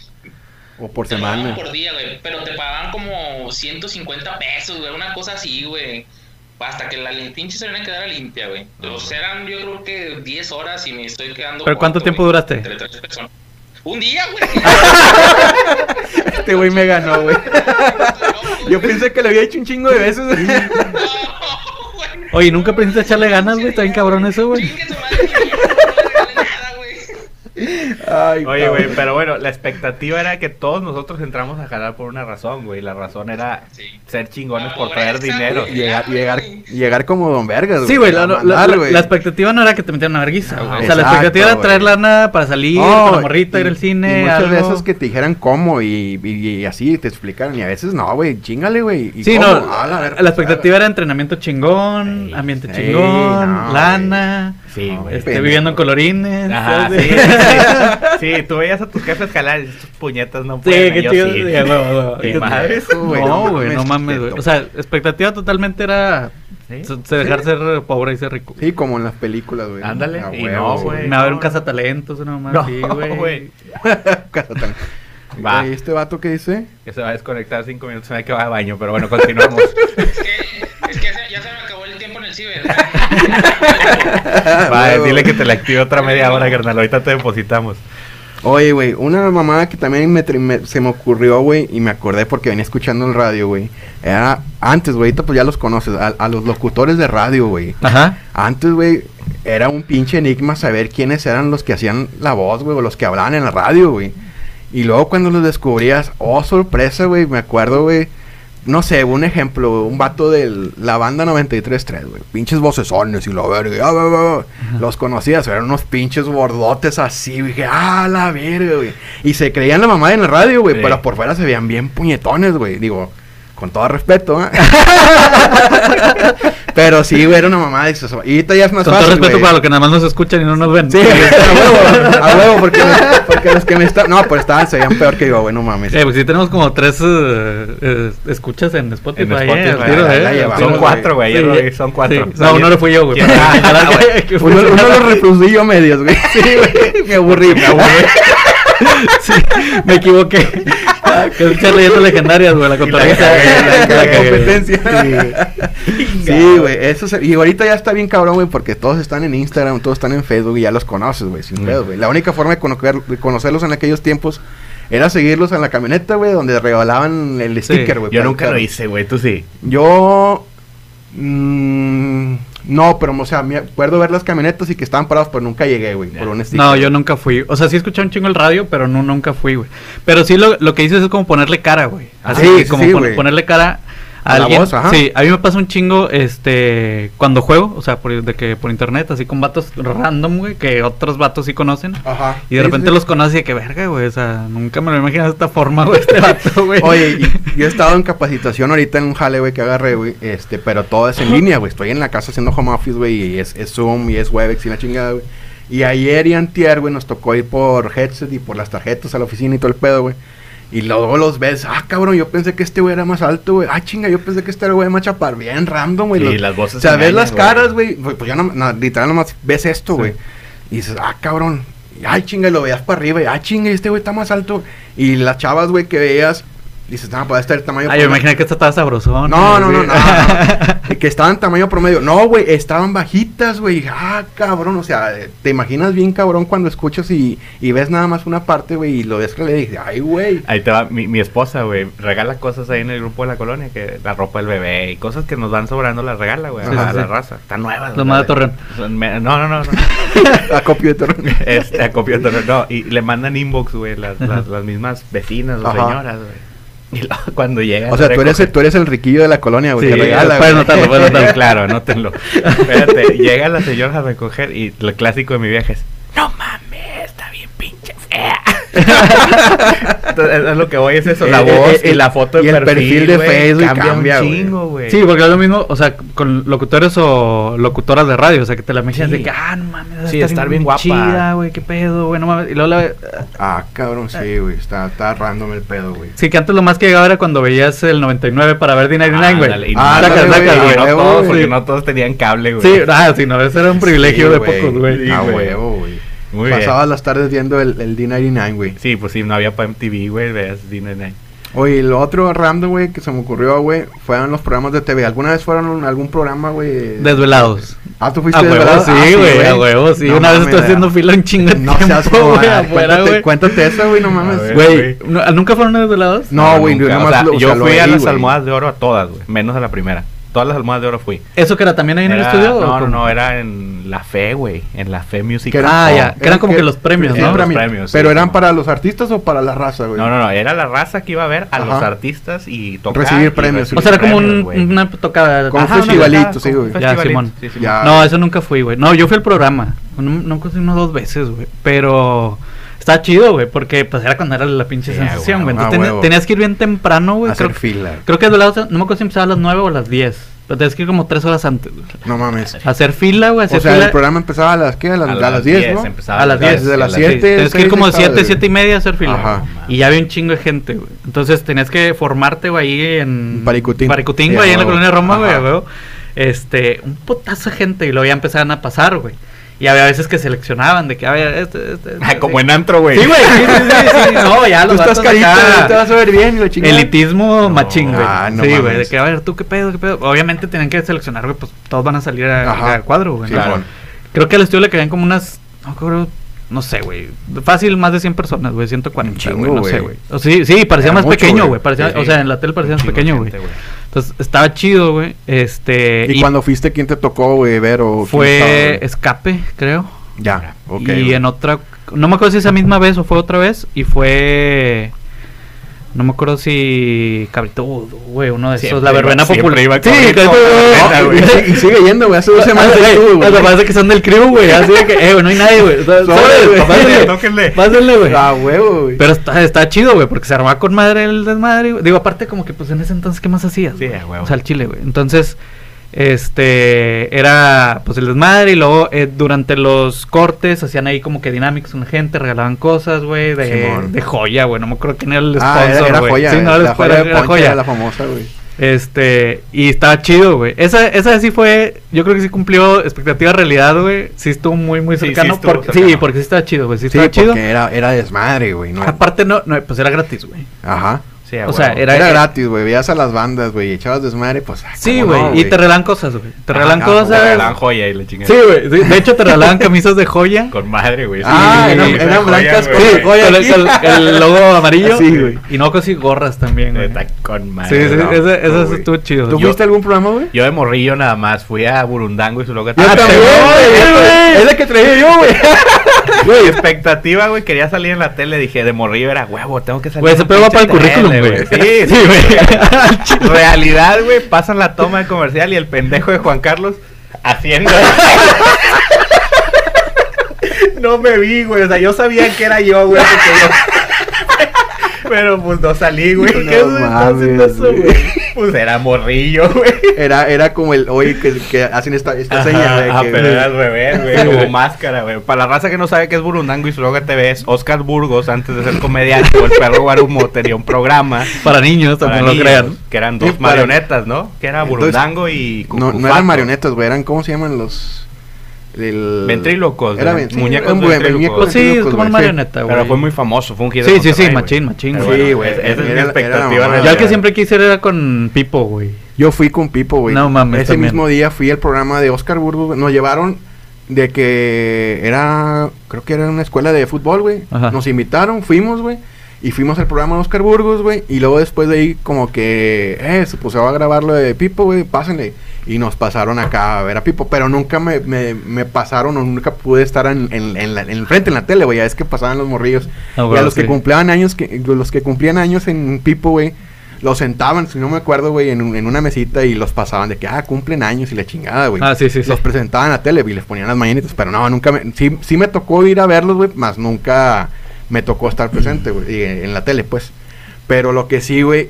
[SPEAKER 2] ¿O por
[SPEAKER 4] te pagaban
[SPEAKER 2] semana?
[SPEAKER 4] Por día, güey, pero te pagaban como 150 pesos, güey, una cosa así, güey. Hasta que la li- pinche serena quedara limpia,
[SPEAKER 3] Ah,
[SPEAKER 4] güey. O sea, eran yo creo que 10 horas y me estoy quedando.
[SPEAKER 3] ¿Pero cuánto
[SPEAKER 4] corto,
[SPEAKER 3] tiempo
[SPEAKER 4] güey,
[SPEAKER 3] duraste?
[SPEAKER 4] Entre tres personas. Un día, güey.
[SPEAKER 2] Este güey me ganó, güey. Yo pensé que le había hecho un chingo de veces.
[SPEAKER 4] No, güey.
[SPEAKER 3] Oye, ¿nunca pensaste echarle ganas, güey? Está bien cabrón eso, güey.
[SPEAKER 4] Chingue su madre, que yo no regalé nada, güey.
[SPEAKER 2] Ay,
[SPEAKER 1] Oye,
[SPEAKER 2] cabrón.
[SPEAKER 1] güey, pero bueno, la expectativa era que todos nosotros entramos a jalar por una razón, güey. La razón era
[SPEAKER 4] Sí.
[SPEAKER 1] ser chingones
[SPEAKER 4] La
[SPEAKER 1] por traer
[SPEAKER 4] pobreza,
[SPEAKER 1] dinero.
[SPEAKER 4] güey.
[SPEAKER 2] Llegar, llegar, llegar como Don Vergas,
[SPEAKER 3] Sí, güey,
[SPEAKER 2] a
[SPEAKER 3] la, la-
[SPEAKER 2] mandar,
[SPEAKER 3] la-
[SPEAKER 2] güey.
[SPEAKER 3] la expectativa no era que te metieran una verguiza,
[SPEAKER 1] No,
[SPEAKER 3] güey. o sea, la
[SPEAKER 2] exacto,
[SPEAKER 3] expectativa era
[SPEAKER 2] güey.
[SPEAKER 3] traer lana para salir
[SPEAKER 2] No,
[SPEAKER 3] con la morrita,
[SPEAKER 2] y-
[SPEAKER 3] ir al cine,
[SPEAKER 2] y muchas
[SPEAKER 3] algo.
[SPEAKER 2] veces que te dijeran cómo y, y- y así te explicaron. Y a veces no, güey, chingale, güey. ¿y
[SPEAKER 3] Sí,
[SPEAKER 2] cómo?
[SPEAKER 3] no,
[SPEAKER 2] A
[SPEAKER 3] la,
[SPEAKER 2] ver,
[SPEAKER 3] expectativa era entrenamiento chingón,
[SPEAKER 1] Ey,
[SPEAKER 3] ambiente
[SPEAKER 2] ey,
[SPEAKER 3] chingón,
[SPEAKER 2] no,
[SPEAKER 3] lana,
[SPEAKER 1] Sí, güey.
[SPEAKER 3] este,
[SPEAKER 2] pendejo.
[SPEAKER 3] viviendo en colorines.
[SPEAKER 1] Ajá,
[SPEAKER 3] ¿sabes?
[SPEAKER 1] sí, sí, sí. Sí, tú veías a tus jefes jalar y tus puñetas no pueden.
[SPEAKER 3] qué
[SPEAKER 1] yo
[SPEAKER 3] chido.
[SPEAKER 1] sí.
[SPEAKER 3] sí, a huevo, a huevo.
[SPEAKER 1] Ni
[SPEAKER 3] Qué-
[SPEAKER 1] madres.
[SPEAKER 2] güey,
[SPEAKER 3] No,
[SPEAKER 2] no
[SPEAKER 3] güey, no
[SPEAKER 2] mames,
[SPEAKER 3] mames, güey.
[SPEAKER 2] te
[SPEAKER 3] O sea, expectativa totalmente era
[SPEAKER 1] Sí.
[SPEAKER 3] se- se dejar ser pobre y ser rico.
[SPEAKER 2] Sí, como en las películas, güey.
[SPEAKER 1] Ándale,
[SPEAKER 2] A
[SPEAKER 1] y
[SPEAKER 2] huevo,
[SPEAKER 1] no, güey.
[SPEAKER 3] Me va a ver
[SPEAKER 1] no.
[SPEAKER 3] un cazatalentos, una mamá
[SPEAKER 1] No,
[SPEAKER 3] así, güey.
[SPEAKER 1] güey.
[SPEAKER 2] Cazatán.
[SPEAKER 1] Va.
[SPEAKER 2] Güey, este vato que dice?
[SPEAKER 1] Que se va a desconectar cinco minutos, se me que va al baño, pero bueno, continuamos.
[SPEAKER 4] Es que, es que se- ya se me acabó el tiempo en el ciber.
[SPEAKER 1] va,
[SPEAKER 2] Ah, Huevo.
[SPEAKER 1] dile que te la active otra media hora, carnal. Ahorita te depositamos.
[SPEAKER 2] Oye, güey, una mamada que también me, tri- me- se me ocurrió, güey, y me acordé porque venía escuchando el radio, güey. Era antes, güey, ahorita pues ya los conoces, a, a los locutores de radio, güey.
[SPEAKER 3] Ajá.
[SPEAKER 2] Antes, güey, era un pinche enigma saber quiénes eran los que hacían la voz, güey, o los que hablaban en la radio, güey. Y luego cuando los descubrías, oh, sorpresa, güey, me acuerdo, güey. No sé, un ejemplo, un vato de la banda 93.3, güey. Pinches vocesones y la verga. y, ah, bah, bah, bah. Los conocías, eran unos pinches bordotes así, güey. Dije, ah, la verga, güey. Y se creían la mamá en la radio, güey.
[SPEAKER 1] Sí.
[SPEAKER 2] Pero por fuera se veían bien puñetones, güey. Digo, con todo respeto, ¿eh? Pero sí, güey, era una mamá de eso. Y ahorita ya es más
[SPEAKER 3] Con todo
[SPEAKER 2] fácil,
[SPEAKER 3] respeto
[SPEAKER 2] güey.
[SPEAKER 3] para los que nada más nos escuchan y no nos ven.
[SPEAKER 2] Sí, a huevo, a huevo, porque, porque los que me están... No, pero estaban, se veían peor que yo, güey, no mames.
[SPEAKER 3] Eh, pues sí tenemos como tres eh, eh, escuchas en Spotify.
[SPEAKER 1] En Spotify,
[SPEAKER 3] eh, al tiro,
[SPEAKER 2] ahí
[SPEAKER 3] eh,
[SPEAKER 2] la
[SPEAKER 3] al
[SPEAKER 2] llevamos,
[SPEAKER 3] tiro.
[SPEAKER 1] son cuatro, güey. ayer
[SPEAKER 3] Sí,
[SPEAKER 1] lo vi, son cuatro.
[SPEAKER 3] sí. No, uno lo fui yo, güey.
[SPEAKER 1] ¿Quién?
[SPEAKER 3] Ah, güey, que fui
[SPEAKER 2] Uno,
[SPEAKER 3] yo.
[SPEAKER 2] uno lo reproducí yo medios, güey. Sí, güey, me aburrí. Me aburrí.
[SPEAKER 3] Sí, me equivoqué. que escuchar leyendas legendarias, güey, la
[SPEAKER 1] cagué,
[SPEAKER 3] controversia.
[SPEAKER 1] la
[SPEAKER 2] la
[SPEAKER 1] cagué.
[SPEAKER 2] competencia. Sí, güey, eso se- Y ahorita ya está bien cabrón, güey, porque todos están en Instagram,
[SPEAKER 3] Mm.
[SPEAKER 2] todos están en Facebook y ya los conoces, güey, sin pedo, güey. La única forma de conocer- de conocerlos en aquellos tiempos era seguirlos en la camioneta, güey, donde regalaban el
[SPEAKER 3] Sí,
[SPEAKER 2] sticker, güey.
[SPEAKER 1] Yo
[SPEAKER 2] para el
[SPEAKER 1] nunca
[SPEAKER 2] carro.
[SPEAKER 1] lo hice, güey, tú sí.
[SPEAKER 2] Yo. mm, no, pero, o sea, me acuerdo ver las camionetas y que estaban parados, pero nunca llegué, güey, por un sticker.
[SPEAKER 3] No, yo nunca fui. O sea, sí escuché un chingo el radio, pero no, nunca fui, güey. Pero sí lo, lo que hice es como ponerle cara, güey. Así
[SPEAKER 2] Ah, sí,
[SPEAKER 3] que
[SPEAKER 2] sí,
[SPEAKER 3] como
[SPEAKER 2] sí,
[SPEAKER 3] pon-
[SPEAKER 2] güey.
[SPEAKER 3] ponerle cara a,
[SPEAKER 2] A la
[SPEAKER 3] alguien.
[SPEAKER 2] voz, ajá.
[SPEAKER 3] Sí, a mí me pasa un chingo este cuando juego, o sea, por, de que por internet, así con vatos random, güey, que otros vatos sí conocen.
[SPEAKER 2] Ajá.
[SPEAKER 3] Y
[SPEAKER 2] Ah, Sí,
[SPEAKER 3] de repente
[SPEAKER 2] sí.
[SPEAKER 3] los conoces y de que verga, güey. O sea, nunca me lo imaginas de esta forma, güey, este vato, güey.
[SPEAKER 2] Oye, y- yo he estado en capacitación ahorita en un jale, güey, que agarré, güey, este, pero todo es en línea, güey. Estoy en la casa haciendo home office, güey, y es, es Zoom y es Webex y la chingada, güey. Y ayer y antier, güey, nos tocó ir por headset y por las tarjetas a la oficina y todo el pedo, güey. Y luego los ves, ah, cabrón, yo pensé que este güey era más alto, güey. Ah, chinga, yo pensé que este güey era más chapar, bien random, güey.
[SPEAKER 1] Sí,
[SPEAKER 2] Los-
[SPEAKER 1] las voces
[SPEAKER 2] O sea, ves
[SPEAKER 1] engañan,
[SPEAKER 2] las
[SPEAKER 1] güey.
[SPEAKER 2] caras, güey. Pues pues, ya no, no, literal nomás ves esto, güey. Y dices, ah, cabrón. Y, Ay, chinga, y lo veías para arriba. Y, ay, chinga, este güey está más alto. Y las chavas, güey, que veías, dices, no, pues este el tamaño.
[SPEAKER 1] Ah,
[SPEAKER 3] Ay, yo me
[SPEAKER 2] promedio".
[SPEAKER 3] imaginé que esta estaba sabrosón.
[SPEAKER 2] No, no, no,
[SPEAKER 3] güey.
[SPEAKER 2] no. no. Y que estaban tamaño promedio. No, güey, estaban bajitas, güey. Dije, Ah, cabrón. O sea, te imaginas bien, cabrón, cuando escuchas y, y ves nada más una parte, güey, y lo ves que le dije, ay, güey.
[SPEAKER 1] Ahí te va, mi, mi esposa, güey, regala cosas ahí en el grupo de la colonia, que la ropa del bebé y cosas que nos van sobrando las regala, güey,
[SPEAKER 3] Sí,
[SPEAKER 1] a
[SPEAKER 3] sí,
[SPEAKER 1] la
[SPEAKER 3] sí.
[SPEAKER 1] raza. Están nuevas.
[SPEAKER 3] Los
[SPEAKER 1] o
[SPEAKER 3] más
[SPEAKER 1] sea,
[SPEAKER 3] de Torreón.
[SPEAKER 1] son me- No, no, no. no.
[SPEAKER 2] Acopio de torre.
[SPEAKER 1] este, acopio de Torreón. No, y le mandan inbox, güey, las, las, las mismas vecinas o
[SPEAKER 2] Ajá.
[SPEAKER 1] señoras, güey. Y luego, cuando llegan...
[SPEAKER 2] O sea,
[SPEAKER 1] lo
[SPEAKER 2] tú eres, el,
[SPEAKER 1] recogen.
[SPEAKER 2] tú eres el riquillo de la colonia, güey.
[SPEAKER 1] Sí,
[SPEAKER 2] te regala,
[SPEAKER 1] puedes
[SPEAKER 2] güey.
[SPEAKER 1] notarlo, puedes notarlo. claro, anótenlo. Espérate, llega la señora a recoger y lo clásico de mi viaje es: No mames, está bien pinche fea. Entonces, es lo que voy, es eso: la
[SPEAKER 2] Eh, eh,
[SPEAKER 1] voz
[SPEAKER 2] eh,
[SPEAKER 1] y la foto de
[SPEAKER 2] y el
[SPEAKER 1] perfil,
[SPEAKER 2] perfil de
[SPEAKER 1] güey,
[SPEAKER 2] Facebook
[SPEAKER 1] cambia,
[SPEAKER 2] cambia,
[SPEAKER 1] un
[SPEAKER 2] güey.
[SPEAKER 1] chingo, güey.
[SPEAKER 3] Sí, porque es lo mismo, o sea, con locutores o locutoras de radio, o sea, que te la imaginas
[SPEAKER 1] Sí.
[SPEAKER 3] de que, ah, no mames,
[SPEAKER 1] Sí, estar bien guapa.
[SPEAKER 3] chida, güey, qué pedo, güey, no mames. Y luego la ve-
[SPEAKER 2] Ah, cabrón, sí, güey. Está, está random el pedo, güey.
[SPEAKER 3] Sí, que antes lo más que llegaba era cuando veías el 99 para ver D99,
[SPEAKER 1] Ándale,
[SPEAKER 3] güey.
[SPEAKER 1] y no-
[SPEAKER 2] Ah,
[SPEAKER 1] ándale,
[SPEAKER 2] saca,
[SPEAKER 1] güey,
[SPEAKER 2] saca,
[SPEAKER 1] y no
[SPEAKER 2] güey,
[SPEAKER 1] todos,
[SPEAKER 2] güey.
[SPEAKER 1] porque no todos tenían cable, güey.
[SPEAKER 3] Sí, ah, sí, no, eso era un privilegio
[SPEAKER 2] Sí,
[SPEAKER 3] de pocos, güey.
[SPEAKER 1] Sí,
[SPEAKER 2] Ah,
[SPEAKER 1] güey.
[SPEAKER 2] huevo, güey.
[SPEAKER 1] Muy bien.
[SPEAKER 2] Pasaba las tardes viendo el, el D99, güey.
[SPEAKER 1] Sí, pues sí, no había para MTV, güey, veas Disney.
[SPEAKER 2] Oye, y lo otro random, güey, que se me ocurrió, güey, fueron los programas de TV. ¿Alguna vez fueron a algún programa, güey?
[SPEAKER 3] Desvelados.
[SPEAKER 2] Ah, tú
[SPEAKER 3] A
[SPEAKER 2] fuiste
[SPEAKER 3] huevo,
[SPEAKER 2] desvelado? Ah,
[SPEAKER 3] sí, güey, a huevo, sí.
[SPEAKER 2] No
[SPEAKER 3] Una vez
[SPEAKER 2] mames,
[SPEAKER 3] estoy haciendo
[SPEAKER 2] ah.
[SPEAKER 3] fila un chingo de
[SPEAKER 2] No seas
[SPEAKER 3] tiempo, güey,
[SPEAKER 2] mamada,
[SPEAKER 3] afuera,
[SPEAKER 2] cuéntate,
[SPEAKER 3] güey.
[SPEAKER 2] cuéntate eso, güey, no mames.
[SPEAKER 1] ver.
[SPEAKER 3] Güey, ¿no- ¿nunca fueron a desvelados?
[SPEAKER 2] No, güey, yo
[SPEAKER 1] nunca,
[SPEAKER 2] nomás
[SPEAKER 1] o sea,
[SPEAKER 2] lo- o
[SPEAKER 1] yo
[SPEAKER 2] sea, lo
[SPEAKER 1] fui a
[SPEAKER 2] veí,
[SPEAKER 1] las
[SPEAKER 2] güey.
[SPEAKER 1] almohadas de oro a todas, güey, menos a la primera. Todas las almohadas de oro fui.
[SPEAKER 3] ¿Eso que era también ahí en el
[SPEAKER 1] Era-
[SPEAKER 3] estudio? o
[SPEAKER 1] No, no,
[SPEAKER 3] cómo?
[SPEAKER 1] no, era en La Fe, güey. En La Fe Music.
[SPEAKER 2] Que eran-
[SPEAKER 3] Ah, ya, que eran
[SPEAKER 2] eran
[SPEAKER 3] como
[SPEAKER 2] que-
[SPEAKER 3] que los premios,
[SPEAKER 1] Sí,
[SPEAKER 3] ¿no?
[SPEAKER 1] los
[SPEAKER 2] Premio.
[SPEAKER 1] premios, sí,
[SPEAKER 2] Pero eran
[SPEAKER 1] como-
[SPEAKER 2] para los artistas o para la raza, güey.
[SPEAKER 1] No, no, no, era la raza que iba a ver a los
[SPEAKER 2] Ajá.
[SPEAKER 1] artistas y tocar.
[SPEAKER 2] Recibir
[SPEAKER 1] y
[SPEAKER 2] premios, sí.
[SPEAKER 3] O sea, era como un-
[SPEAKER 1] premios, güey.
[SPEAKER 3] una tocada.
[SPEAKER 2] Como un
[SPEAKER 1] Ajá, una
[SPEAKER 2] festivalito,
[SPEAKER 1] velada,
[SPEAKER 2] sí,
[SPEAKER 1] como un
[SPEAKER 2] güey.
[SPEAKER 3] Ya,
[SPEAKER 1] festivalito,
[SPEAKER 3] Simón.
[SPEAKER 1] sí, Simón.
[SPEAKER 2] Ya.
[SPEAKER 3] No, eso nunca fui, güey. No, yo fui al programa. No, nunca fui uno dos veces, güey. Pero está chido, güey, porque pues era cuando era la pinche
[SPEAKER 1] Sí,
[SPEAKER 3] sensación, güey.
[SPEAKER 2] a
[SPEAKER 3] Entonces,
[SPEAKER 2] Ah, huevo.
[SPEAKER 3] ten- tenías que ir bien temprano, güey.
[SPEAKER 2] Hacer
[SPEAKER 3] Creo,
[SPEAKER 2] fila.
[SPEAKER 3] creo que Desvelados, no me acuerdo si empezaba a las 9 o a las 10. Pero tenías que ir como 3 horas antes, güey.
[SPEAKER 2] No mames.
[SPEAKER 3] Hacer fila, güey. Hacer
[SPEAKER 2] O sea,
[SPEAKER 3] fila.
[SPEAKER 2] el programa empezaba a las, ¿qué? A las, a las 10, ¿no?
[SPEAKER 1] empezaba
[SPEAKER 3] A las 10,
[SPEAKER 2] desde las
[SPEAKER 3] Sí,
[SPEAKER 2] 7,
[SPEAKER 3] tenías que ir
[SPEAKER 2] seis,
[SPEAKER 3] como
[SPEAKER 2] seis,
[SPEAKER 3] 7,
[SPEAKER 2] güey.
[SPEAKER 3] 7 y media a hacer fila.
[SPEAKER 2] Ajá.
[SPEAKER 3] güey. Y ya había un chingo de gente, güey. Entonces tenías que formarte, güey, ahí en.
[SPEAKER 2] En Paricutín.
[SPEAKER 3] Paricutín,
[SPEAKER 2] Sí,
[SPEAKER 3] güey,
[SPEAKER 2] a
[SPEAKER 3] ahí en la
[SPEAKER 2] huevo.
[SPEAKER 3] colonia Roma, güey,
[SPEAKER 2] Ajá.
[SPEAKER 3] a huevo. Este, un potazo de gente y luego ya empezaban a pasar, güey. Y había veces que seleccionaban de que, a ver, este, este. este,
[SPEAKER 1] Ah, como
[SPEAKER 3] sí.
[SPEAKER 1] en antro, güey.
[SPEAKER 3] Sí, güey, sí, sí, sí, sí, No, ya
[SPEAKER 2] Tú
[SPEAKER 3] los
[SPEAKER 2] estás
[SPEAKER 3] vatos
[SPEAKER 2] carito,
[SPEAKER 3] acá,
[SPEAKER 2] güey, te vas a ver bien y la chingada.
[SPEAKER 3] Elitismo machín, güey.
[SPEAKER 2] Ah, no
[SPEAKER 3] sí, güey,
[SPEAKER 2] mames.
[SPEAKER 3] de que, a ver, tú qué pedo, qué pedo. Obviamente tenían que seleccionar, güey, pues todos van a salir a,
[SPEAKER 2] Ajá.
[SPEAKER 3] a cuadro, güey.
[SPEAKER 2] Sí,
[SPEAKER 3] ¿no?
[SPEAKER 2] claro.
[SPEAKER 3] Creo que al estudio le caían como unas. No creo. No sé, güey. Fácil, más de 100 personas, güey. 140,
[SPEAKER 2] Un chingo,
[SPEAKER 3] güey. No
[SPEAKER 2] güey.
[SPEAKER 3] sé, güey. O Sí, sí, parecía
[SPEAKER 2] Era
[SPEAKER 3] más
[SPEAKER 2] mucho,
[SPEAKER 3] pequeño,
[SPEAKER 2] güey.
[SPEAKER 3] güey. parecía-
[SPEAKER 1] Sí, sí.
[SPEAKER 3] O sea, en la tele parecía más
[SPEAKER 1] Chingo
[SPEAKER 3] pequeño,
[SPEAKER 1] de
[SPEAKER 3] güey.
[SPEAKER 1] gente,
[SPEAKER 3] Entonces, estaba chido, güey. Este.
[SPEAKER 2] ¿Y, cuando fuiste, quién te tocó, güey, ver o quién
[SPEAKER 3] fue
[SPEAKER 2] estaba,
[SPEAKER 3] Escape, creo.
[SPEAKER 2] güey? Ya, ok.
[SPEAKER 3] y
[SPEAKER 2] güey.
[SPEAKER 3] en otra. No me acuerdo si esa misma vez o fue otra vez. Y fue. No me acuerdo si. Cabritudo, güey. Uno de esos.
[SPEAKER 1] Siempre
[SPEAKER 3] La verbena
[SPEAKER 1] iba- siempre
[SPEAKER 3] popular.
[SPEAKER 1] iba
[SPEAKER 3] Sí,
[SPEAKER 1] Cabrito,
[SPEAKER 3] Cabritudo.
[SPEAKER 1] Neta,
[SPEAKER 2] No,
[SPEAKER 1] güey.
[SPEAKER 2] y sigue- y sigue yendo, güey. Hace dos semanas
[SPEAKER 3] Ah,
[SPEAKER 2] estuvo,
[SPEAKER 3] güey,
[SPEAKER 2] güey.
[SPEAKER 3] Lo que pasa es que son del crew, güey. Así de que, eh, güey, no hay nadie, güey. O sea,
[SPEAKER 2] Sobres,
[SPEAKER 3] sobres, güey,
[SPEAKER 1] Tóquenle,
[SPEAKER 3] pásenle.
[SPEAKER 1] tóquenle.
[SPEAKER 3] Pásenle, güey.
[SPEAKER 2] Ah, huevo, güey.
[SPEAKER 3] Pero está, está chido, güey, porque se armaba con madre el desmadre. güey. Digo, aparte, como que pues en ese entonces, ¿qué más hacías?
[SPEAKER 1] Sí,
[SPEAKER 3] güey?
[SPEAKER 1] a huevo.
[SPEAKER 3] O sea, al chile, güey. Entonces, este, era pues el desmadre y luego eh, durante los cortes hacían ahí como que dinámicas con la gente, regalaban cosas, güey, de,
[SPEAKER 2] Simón.
[SPEAKER 3] de joya, güey. No me acuerdo quién era el
[SPEAKER 2] Ah, era,
[SPEAKER 3] sponsor,
[SPEAKER 2] era
[SPEAKER 3] güey.
[SPEAKER 2] joya,
[SPEAKER 3] Sí, no,
[SPEAKER 2] era
[SPEAKER 3] era
[SPEAKER 2] la joya de
[SPEAKER 3] era
[SPEAKER 2] Poncha, era la famosa, güey.
[SPEAKER 3] este, y estaba chido, güey. Esa, esa sí fue, yo creo que sí cumplió expectativa realidad, güey. Sí estuvo muy, muy
[SPEAKER 1] Sí, sí
[SPEAKER 3] cercano.
[SPEAKER 1] estuvo
[SPEAKER 3] porque- Sí, porque,
[SPEAKER 1] cercano.
[SPEAKER 3] sí estaba chido, güey. Sí
[SPEAKER 2] Sí,
[SPEAKER 3] estaba
[SPEAKER 2] porque
[SPEAKER 3] chido.
[SPEAKER 2] era, era desmadre, güey, ¿no?
[SPEAKER 3] Aparte, no, no, pues era gratis, güey.
[SPEAKER 2] Ajá.
[SPEAKER 1] Sí, a
[SPEAKER 3] O sea,
[SPEAKER 1] huevo.
[SPEAKER 3] era-
[SPEAKER 2] Era, gratis, güey. Veías a las bandas, güey. y Echabas desmadre, pues. ah,
[SPEAKER 3] Sí,
[SPEAKER 2] cómo
[SPEAKER 3] güey.
[SPEAKER 2] no,
[SPEAKER 3] y te regalan cosas, güey. Te
[SPEAKER 2] Ah,
[SPEAKER 3] regalan
[SPEAKER 2] ah,
[SPEAKER 1] Te
[SPEAKER 3] cosas.
[SPEAKER 1] regalaban joya y la chingada.
[SPEAKER 3] Sí, güey. De de hecho, te regalaban camisas de joya.
[SPEAKER 1] Con madre, güey.
[SPEAKER 2] Ah,
[SPEAKER 1] Sí,
[SPEAKER 3] eran-
[SPEAKER 1] güey,
[SPEAKER 2] eran
[SPEAKER 1] joya,
[SPEAKER 2] blancas
[SPEAKER 1] güey.
[SPEAKER 2] con-
[SPEAKER 3] Sí,
[SPEAKER 1] Sí,
[SPEAKER 2] Oye,
[SPEAKER 3] con el,
[SPEAKER 2] aquí.
[SPEAKER 3] con el logo amarillo.
[SPEAKER 2] Sí, güey.
[SPEAKER 3] Y no y gorras también, güey.
[SPEAKER 1] Está con
[SPEAKER 3] Sí,
[SPEAKER 1] madre.
[SPEAKER 3] sí,
[SPEAKER 1] no,
[SPEAKER 3] eso, eso
[SPEAKER 1] güey.
[SPEAKER 3] estuvo chido.
[SPEAKER 2] ¿Tú
[SPEAKER 1] Yo-
[SPEAKER 2] fuiste a algún programa, güey?
[SPEAKER 1] Yo de morrillo nada más fui a Burundango y su loca.
[SPEAKER 2] Yo
[SPEAKER 1] Ah,
[SPEAKER 2] también,
[SPEAKER 1] te-
[SPEAKER 2] güey,
[SPEAKER 3] güey.
[SPEAKER 2] Es la que traía yo, güey.
[SPEAKER 1] Güey, expectativa, güey, quería salir en la tele, dije, de morrillo era huevo, tengo que salir.
[SPEAKER 3] Güey, ese
[SPEAKER 1] en
[SPEAKER 3] pedo va
[SPEAKER 1] pinche
[SPEAKER 3] para el
[SPEAKER 1] tele,
[SPEAKER 3] currículum, güey.
[SPEAKER 1] Sí,
[SPEAKER 3] Sí,
[SPEAKER 1] sí,
[SPEAKER 3] güey. Al
[SPEAKER 1] güey. Realidad, güey, pasan la toma de comercial y el pendejo de Juan Carlos haciendo. no me vi, güey, o sea, yo sabía que era yo, güey, porque yo- Pero pues no salí, güey.
[SPEAKER 2] No
[SPEAKER 1] ¿Qué estás
[SPEAKER 2] mames,
[SPEAKER 1] haciendo eso,
[SPEAKER 2] güey?
[SPEAKER 1] güey? Pues era morrillo, güey.
[SPEAKER 2] Era, era como el hoy que, que hacen esta, esta
[SPEAKER 1] Ajá,
[SPEAKER 2] seña de
[SPEAKER 1] ajá,
[SPEAKER 2] que.
[SPEAKER 1] pero era al revés, güey,
[SPEAKER 3] Sí,
[SPEAKER 1] como
[SPEAKER 3] güey.
[SPEAKER 1] máscara, güey. Para la raza que no sabe qué es Burundango y su logo TV es Oscar Burgos, antes de ser comediante, o el perro Guarumo, tenía un programa
[SPEAKER 3] Para niños,
[SPEAKER 1] para
[SPEAKER 3] también lo
[SPEAKER 1] niños,
[SPEAKER 3] crean.
[SPEAKER 1] que eran
[SPEAKER 2] Sí,
[SPEAKER 1] dos
[SPEAKER 2] para-
[SPEAKER 1] marionetas, ¿no? Que era
[SPEAKER 2] Entonces,
[SPEAKER 1] Burundango y
[SPEAKER 2] no, no
[SPEAKER 1] Cucufato.
[SPEAKER 2] eran marionetas, güey. Eran, ¿cómo se llaman los. El...
[SPEAKER 1] Ventrílocos,
[SPEAKER 2] Era
[SPEAKER 1] güey,
[SPEAKER 2] ven- sí,
[SPEAKER 1] muñecos
[SPEAKER 2] eran, güey,
[SPEAKER 1] ventrílocos.
[SPEAKER 2] muñecos
[SPEAKER 3] Pues sí, es
[SPEAKER 2] ventrílocos,
[SPEAKER 3] como
[SPEAKER 2] güey,
[SPEAKER 3] una
[SPEAKER 2] sí.
[SPEAKER 3] marioneta, güey.
[SPEAKER 1] Pero fue muy famoso, fue un hit de
[SPEAKER 3] Sí, sí, sí,
[SPEAKER 1] Monterrey, güey.
[SPEAKER 3] machín, machín,
[SPEAKER 1] Pero
[SPEAKER 3] güey.
[SPEAKER 1] bueno, Esa esa es mi
[SPEAKER 2] Era- era
[SPEAKER 1] expectativa.
[SPEAKER 2] la
[SPEAKER 1] real,
[SPEAKER 2] mamá.
[SPEAKER 3] Ya el que
[SPEAKER 1] güey.
[SPEAKER 3] siempre quise era con Pipo, güey.
[SPEAKER 2] Yo fui con Pipo, güey.
[SPEAKER 3] No mames,
[SPEAKER 2] Ese
[SPEAKER 3] también.
[SPEAKER 2] mismo día fui al programa de Oscar Burgos. güey. Nos llevaron de que era, creo que era una escuela de fútbol, güey.
[SPEAKER 3] Ajá.
[SPEAKER 2] Nos invitaron, fuimos, güey. Y fuimos al programa de Oscar Burgos, güey. Y luego después de ahí, como que, eh, se puso a grabar lo de Pipo, güey, pásenle. Y nos pasaron acá a ver a Pipo. Pero nunca me, me, me pasaron o nunca pude estar en, en, en la- en el frente, en la tele, güey. Ya es que pasaban los morrillos. y
[SPEAKER 3] Ah,
[SPEAKER 2] a
[SPEAKER 3] güey,
[SPEAKER 2] los
[SPEAKER 3] sí.
[SPEAKER 2] que cumplían años, que, los que cumplían años en Pipo, güey, los sentaban, si no me acuerdo, güey, en, un- en una mesita y los pasaban de que, ah, cumplen años y la chingada, güey.
[SPEAKER 3] Ah, sí, sí, sí.
[SPEAKER 2] Los presentaban a la tele y les ponían las mañanitas, pero no, nunca me, sí, sí me tocó ir a verlos, güey, más nunca me tocó estar presente, güey, y en la tele, pues. Pero lo que sí, güey,